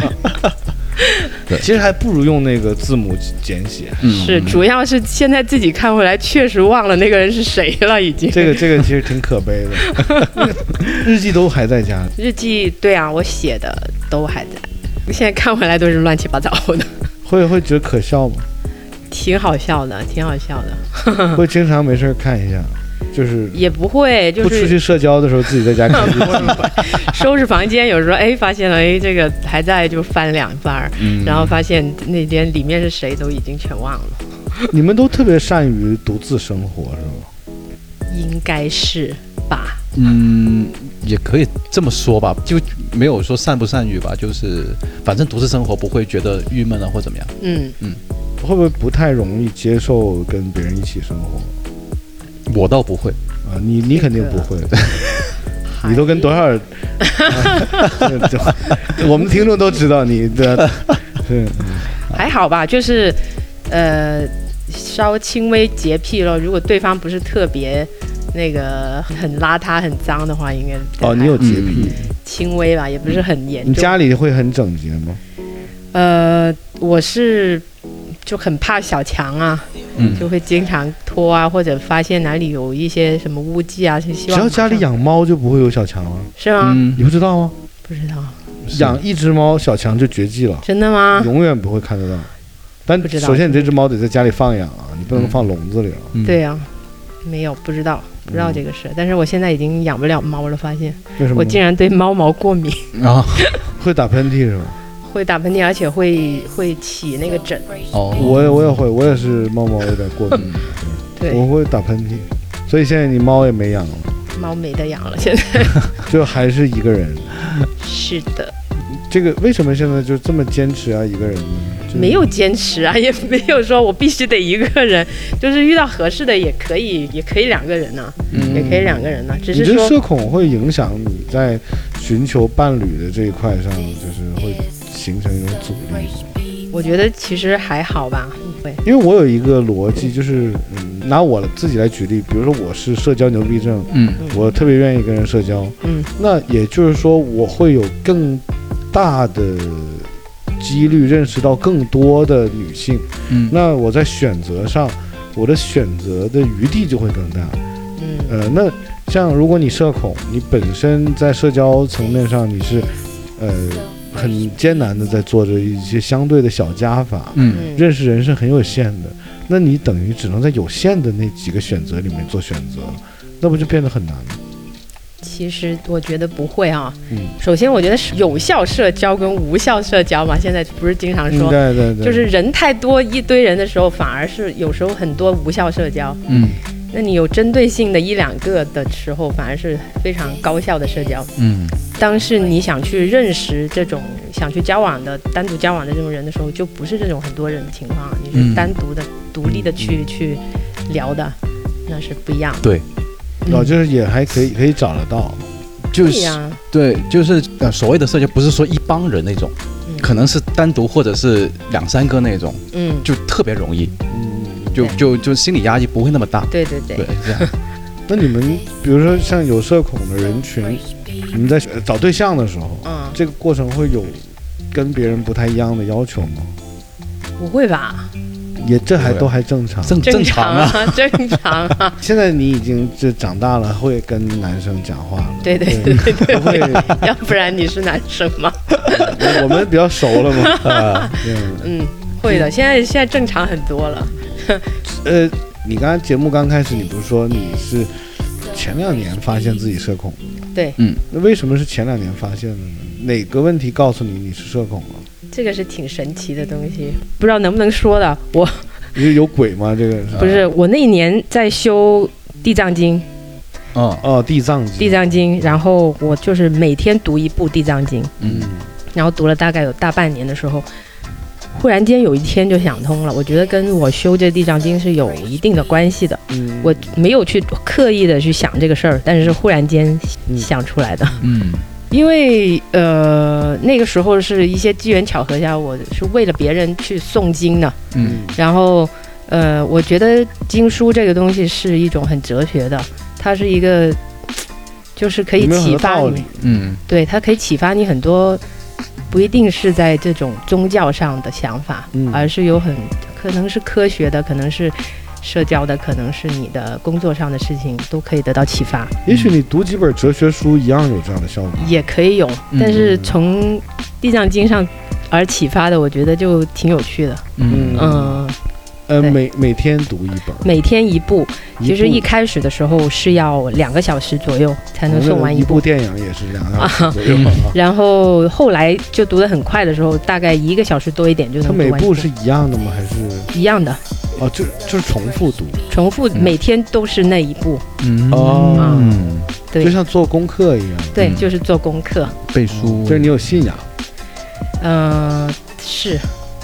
S2: 其实还不如用那个字母简写，
S1: 是，主要是现在自己看回来，确实忘了那个人是谁了，已经。
S2: 这个这个其实挺可悲的。 日记都还在家，
S1: 日记，对啊，我写的都还在，现在看回来都是乱七八糟的，
S2: 会会觉得可笑吗？
S1: 挺好笑的，挺好笑的，
S2: 会经常没事儿看一下，就是
S1: 也不会就
S2: 不出
S1: 是
S2: 去社交的时候自己在家看日记。
S1: 收拾房间，有时候哎发现了哎这个还在就翻两番儿，嗯然后发现那边里面是谁都已经全忘了，
S2: 你们都特别善于独自生活是吗？
S1: 应该是吧？
S3: 嗯，也可以这么说吧，就没有说善不善于吧，就是反正独自生活不会觉得郁闷啊或怎么样，
S1: 嗯，
S2: 会不会不太容易接受跟别人一起生活
S3: 我倒不会，
S2: 啊？你你肯定不会， 你都跟多少？我们听众都知道你啊的，对，
S1: 还好吧，就是呃稍轻微洁癖咯，如果对方不是特别。那个很邋遢、很脏的话，应该
S2: 哦，你有洁
S3: 嗯
S2: 癖，
S1: 轻微吧，也不是很严
S2: 你
S1: 重。
S2: 家里会很整洁吗？
S1: 呃，我是就很怕小强啊，
S3: 嗯
S1: 就会经常拖啊，或者发现哪里有一些什么污迹啊，是希
S2: 只
S1: 望
S2: 要家里
S1: 马上
S2: 养猫就不会有小强了，
S1: 是吗？
S3: 嗯
S2: 你不知道吗？
S1: 不知道，
S3: 是
S2: 养一只猫，小强就绝迹了，
S1: 真的吗？
S2: 永远不会看得到。但
S1: 啊不知道
S2: 首先你这只猫得在家里放养啊，你不能放笼子里啊。
S3: 嗯
S1: 对呀、没有，不知道，不知道这个事。但是我现在已经养不了猫了，发现
S2: 嗯为什么
S1: 我竟然对猫毛过敏，
S3: 啊，
S2: 会打喷嚏是吧？
S1: 会打喷嚏，而且会会起那个疹。
S3: 哦，
S1: 嗯
S2: 我也我也会，我也是猫毛有点过敏，我
S1: 对，
S2: 会打喷嚏。所以现在你猫也没养了，
S1: 猫没得养了，现在
S2: 就还是一个人。
S1: 是的，
S2: 这个为什么现在就这么坚持啊？一个人呢？就是
S1: 没有坚持啊，也没有说我必须得一个人，就是遇到合适的也可以，也可以两个人呢、也可以两个人呢、只
S2: 嗯你
S1: 是
S2: 这
S1: 说
S2: 社恐会影响你在寻求伴侣的这一块上，就是会形成一种阻力。
S1: 我觉得其实还好吧，会
S2: 因为我有一个逻辑，就是嗯，拿我自己来举例，比如说我是社交牛逼症，
S3: 嗯
S2: 我特别愿意跟人社交，
S1: 嗯，
S2: 那也就是说我会有更大的几率认识到更多的女性，
S3: 嗯，
S2: 那我在选择上，我的选择的余地就会更大。
S1: 嗯
S2: 呃，那像如果你社恐，你本身在社交层面上你是，呃，很艰难的在做着一些相对的小加法，
S3: 嗯
S1: 嗯，
S2: 认识人是很有限的，那你等于只能在有限的那几个选择里面做选择，那不就变得很难吗？
S1: 其实我觉得不会啊。
S2: 嗯
S1: 首先，我觉得是有效社交跟无效社交嘛，现在不是经常嗯说，
S2: 嗯对对对，
S1: 就是人太多一堆人的时候，反而是有时候很多无效社交。
S3: 嗯
S1: 那你有针对性的一两个的时候，反而是非常高效的社交。
S3: 嗯
S1: 当是你想去认识这种想去交往的单独交往的这种人的时候，就不是这种很多人的情况，你
S3: 嗯
S1: 是单独的、独立的去去聊的，那是不一样的。
S3: 对，
S1: 嗯
S2: 哦，就是也还可以可以找得到，
S3: 就
S1: 对
S3: 是
S1: 呀、
S3: 对，就是呃，所谓的社交不是说一帮人那种，
S1: 嗯
S3: 可能是单独或者是两三个那种，
S1: 嗯，
S3: 就特别容易，
S2: 嗯。
S3: 就
S1: 对
S3: 就就心理压力不会那么大。
S1: 对对对
S3: 对，这样，
S2: 那你们比如说像有社恐的人群，你们在呃找对象的时候，
S1: 嗯，
S2: 这个过程会有跟别人不太一样的要求吗？
S1: 不会吧？
S2: 也这还
S3: 不会
S2: 都还正常。
S3: 正正
S1: 常
S3: 常啊，，
S1: 正常 啊，
S2: 现在你已经就长大了，会跟男生讲话 了，
S1: 对对对对对
S2: 不会，
S1: 要不然你是男生吗？
S2: 我我们比较熟了 嘛。啊
S3: 呃，
S2: 对
S1: 嗯，会的，现在现在正常很多了。
S2: 呃，你刚刚节目刚开始，你不是说你是前两年发现自己社恐吗？
S1: 对，
S2: 那为什么是前两年发现的呢？哪个问题告诉你你是社恐了？
S1: 这个是挺神奇的东西，不知道能不能说的。我嗯
S2: 你是有鬼吗？这个
S1: 不是我那一年在修《地藏经》，
S3: 嗯
S2: 哦，地藏经，
S1: 地藏经》，然后我就是每天读一部《地藏经》，
S3: 嗯
S1: 然后读了大概有大半年的时候，忽然间有一天就想通了，我觉得跟我修这《地藏经》是有一定的关系的。
S2: 嗯，
S1: 我没有去刻意的去想这个事儿，但是忽然间
S2: 嗯
S1: 想出来的。
S3: 嗯
S1: 因为呃，那个时候是一些机缘巧合下，我是为了别人去诵经的。
S3: 嗯
S1: 然后呃，我觉得经书这个东西是一种很哲学的，它是一个就是可以
S2: 里面有很
S1: 启
S2: 多
S1: 发
S2: 道
S1: 你
S2: 理，
S3: 嗯
S1: 对，它可以启发你很多，不一定是在这种宗教上的想法，
S2: 嗯
S1: 而是有很可能是科学的，可能是社交的，可能是你的工作上的事情都可以得到启发，
S2: 也许你读几本哲学书一样有这样的效果。
S1: 也可以有。
S2: 嗯
S1: 但是从《地藏经》上而启发的，我觉得就挺有趣的。
S3: 嗯
S1: 嗯，
S2: 呃，
S1: 对
S2: 每每天读一本，
S1: 每天一部，其实
S2: 部
S1: 一开始的时候是要两个小时左右才能送完
S2: 一
S1: 一部
S2: 部。电影也是两小时左右啊。
S1: 然后后来就读得很快的时候，大概一个小时多一点就
S2: 它
S1: 能
S2: 每
S1: 读完一
S2: 部是一样的吗？还是
S1: 一样的，
S2: 哦，就就是重复读，
S1: 重复每天都是那一步，
S3: 嗯
S2: 哦
S1: 对
S2: 就像做功课一样。
S1: 对，
S3: 嗯
S1: 就是做功课。
S3: 背书
S2: 就是你有信仰，
S1: 嗯、是，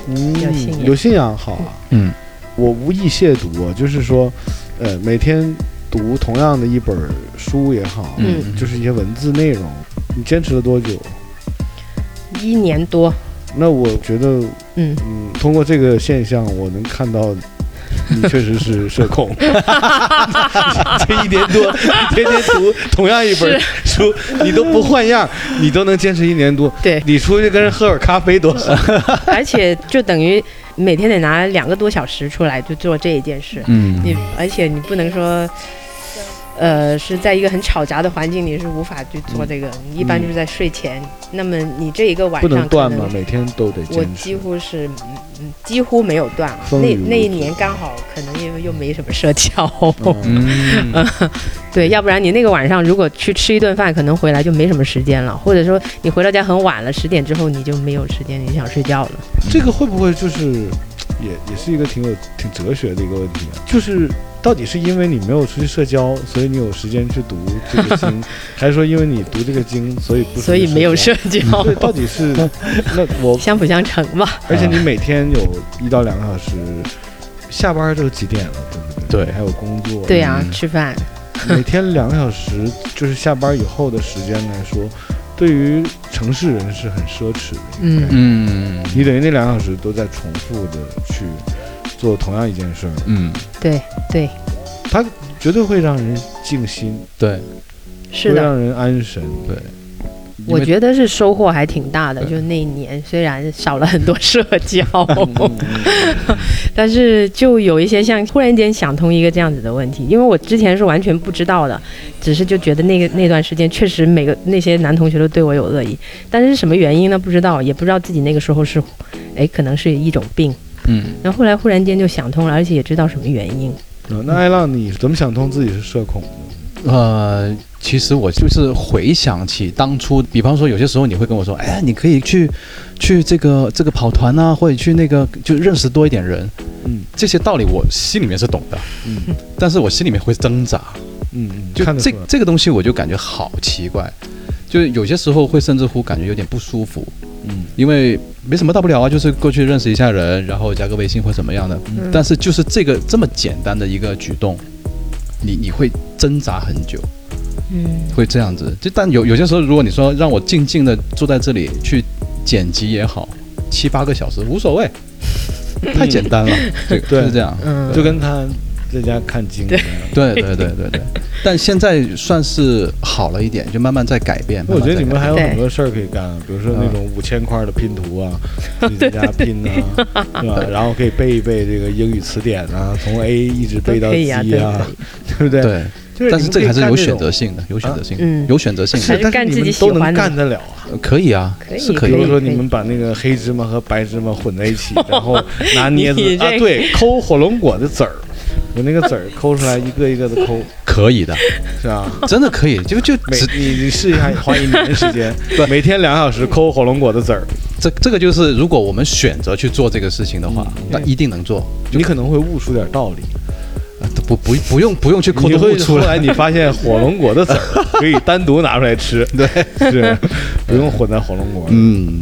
S2: 嗯
S1: 有信仰
S2: 有信仰好啊。
S3: 嗯
S2: 我无意亵渎啊，就是说，呃，每天读同样的一本书也好，
S1: 嗯
S2: 就是一些文字内容，你坚持了多久？
S1: 一年多，
S2: 那我觉得，
S1: 嗯，
S2: 嗯，通过这个现象，我能看到你确 实是社恐。这一年多，你天天读同样一本书，你都不换样，你都能坚持一年多。，
S1: 对
S2: 你出去跟人喝会儿咖啡多好。
S1: 而且就等于每天得拿两个多小时出来就做这一件事，
S3: 嗯
S1: 你而且你不能说。呃，是在一个很吵杂的环境，你是无法去做这个。你一般就是在睡前，那么你这一个晚
S2: 不
S1: 上
S2: 能断
S1: 可
S2: 嘛，每天都得
S1: 我
S2: 坚持。
S1: 几乎是嗯嗯几乎没有断啊。
S2: 风
S1: 那
S2: 雨无
S1: 那一
S2: 阻
S1: 年刚好可能因为又没什么社交，
S3: 嗯
S1: 对，要不然你那个晚上如果去吃一顿饭，可能回来就没什么时间了，或者说你回到家很晚了，十点之后你就没有时间，你想睡觉了。
S2: 这个会不会就是也也是一个挺有挺哲学的一个问题啊？就是到底是因为你没有出去社交，所以你有时间去读这 个经，还是说因为你读这个经，所以不出去
S1: 所以没有
S2: 社
S1: 社
S2: 交？
S1: 交，
S2: 对，到底是那我，
S1: 相辅相成吧。
S2: 而且你每天有一到两个小时，下班都几点了，对不对？
S3: 对
S2: 还有工作，
S1: 对啊，
S3: 嗯
S1: 吃饭，
S2: 每天两个小时，就是下班以后的时间来说，对于城市人是很奢侈的。
S1: 嗯
S3: 嗯
S2: 你等于那两个小时都在重复的去做同样一件事儿，
S3: 嗯
S1: 对对，
S2: 它绝对会让人静心，
S3: 对
S1: 是
S2: 会
S1: 的，
S2: 让人安神。
S3: 对，
S1: 我觉得是收获还挺大的。
S3: 对
S1: 就那一年虽然少了很多社交， 但是就有一些像忽然间想通一个这样子的问题，因为我之前是完全不知道的，只是就觉得那个那段时间确实每个那些男同学都对我有恶意，但是是什么原因呢？不知道，也不知道自己那个时候是，哎，可能是一种病。
S3: 嗯
S1: 然后后来忽然间就想通了，而且也知道什么原因。
S2: 嗯那艾浪，你怎么想通自己是社恐？
S3: 呃，其实我就是回想起当初，比方说有些时候你会跟我说，哎，你可以去去这个这个跑团啊，或者去那个就认识多一点人，
S2: 嗯
S3: 这些道理我心里面是懂的，
S2: 嗯
S3: 但是我心里面会挣扎，
S2: 嗯嗯，
S3: 就
S2: 看得出
S3: 这
S2: 来。
S3: 这个东西我就感觉好奇怪，就是有些时候会甚至乎感觉有点不舒服，
S2: 嗯
S3: 因为没什么大不了啊，就是过去认识一下人，然后加个微信或怎么样的，
S1: 嗯
S3: 但是就是这个这么简单的一个举动，你你会挣扎很久。
S1: 嗯
S3: 会这样子。就但有有些时候，如果你说让我静静的坐在这里去剪辑也好，七八个小时无所谓，太简单了， 对，
S2: 对
S3: 就是这样。
S1: 嗯，
S2: 就跟他在家看经一样。
S3: 对对对对对，但现在算是好了一点，就慢慢在改变。
S2: 我觉得你们
S3: 慢慢在改
S2: 还
S3: 变
S2: 有很多事儿可以干，比如说那种五千块的拼 图啊，自己在家拼啊，对吧？然后可以背一背这个英语词典啊，从 A 一直背到
S1: 都可以啊
S2: Z
S1: 对
S2: 啊
S1: 可以，
S2: 对不对？
S3: 对，
S2: 就
S3: 但是这
S2: 这
S3: 个还是有选择性的，
S2: 啊
S3: 有选择性
S1: 嗯
S3: 的，有选择性
S1: 还
S3: 的，
S1: 是干自己喜
S2: 都能
S1: 欢的
S2: 干得了啊。
S3: 呃可以啊
S1: 可，以
S3: 是
S1: 可
S3: 可
S2: 比
S3: 以
S2: 如
S3: 的。
S2: 说你们把那个黑芝麻和白芝麻混在一起，然后拿
S1: 你
S2: 镊子
S1: 这
S2: 啊，对，抠火龙果的籽儿，把那个籽儿抠出来，一个一个的抠，
S3: 可以的，
S2: 是吧？
S3: 真的可以，就就
S2: 每
S3: 只
S2: 你你试一 下，花一年时间，每天两小时抠火龙果的籽儿，
S3: 这这个就是，如果我们
S2: 嗯
S3: 选择去做这个事情的话，那一定能做。
S2: 你可能会悟出点道理。
S3: 呃不不不用不用去抠
S2: 你
S3: 都
S2: 会
S3: 出
S2: 后
S3: 来，
S2: 来你发现火龙果的籽儿可以单独拿出来 吃，对，是不用混在火龙果。
S3: 嗯，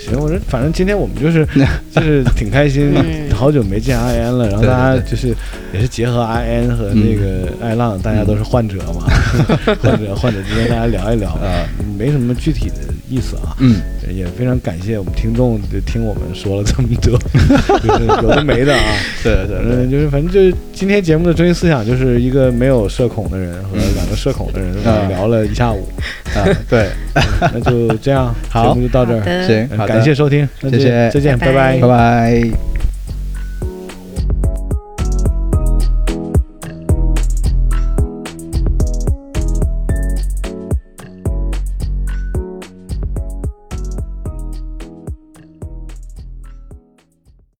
S2: 行，我说反正今天我们就是 就是挺开心，
S1: 嗯
S2: 好久没见 I N 了，然后
S3: 对对
S2: 大家
S3: 对嗯
S2: 就是也是结合 I N 和那个爱浪，大家都是患者 嘛， 患者患者之间大家聊一聊，
S3: 啊
S2: 没什么具体的意思啊。
S3: 嗯，
S2: 也非常感谢我们听众就听我们说了这么 多，就是有的没的啊。
S3: 对对对，
S2: 嗯，就是反正就是今天节目的中心思想就是一个没有社恐的人和
S3: 嗯
S2: 两个社恐的人
S3: 啊
S2: 聊了一下午，
S3: 啊对，
S2: 那就这样，节
S3: 好
S2: 目就到这儿，
S1: 的
S3: 行，好的
S2: 感谢，收听，那就
S3: 谢谢
S2: 再见，
S1: 拜拜
S2: 拜
S3: 拜拜。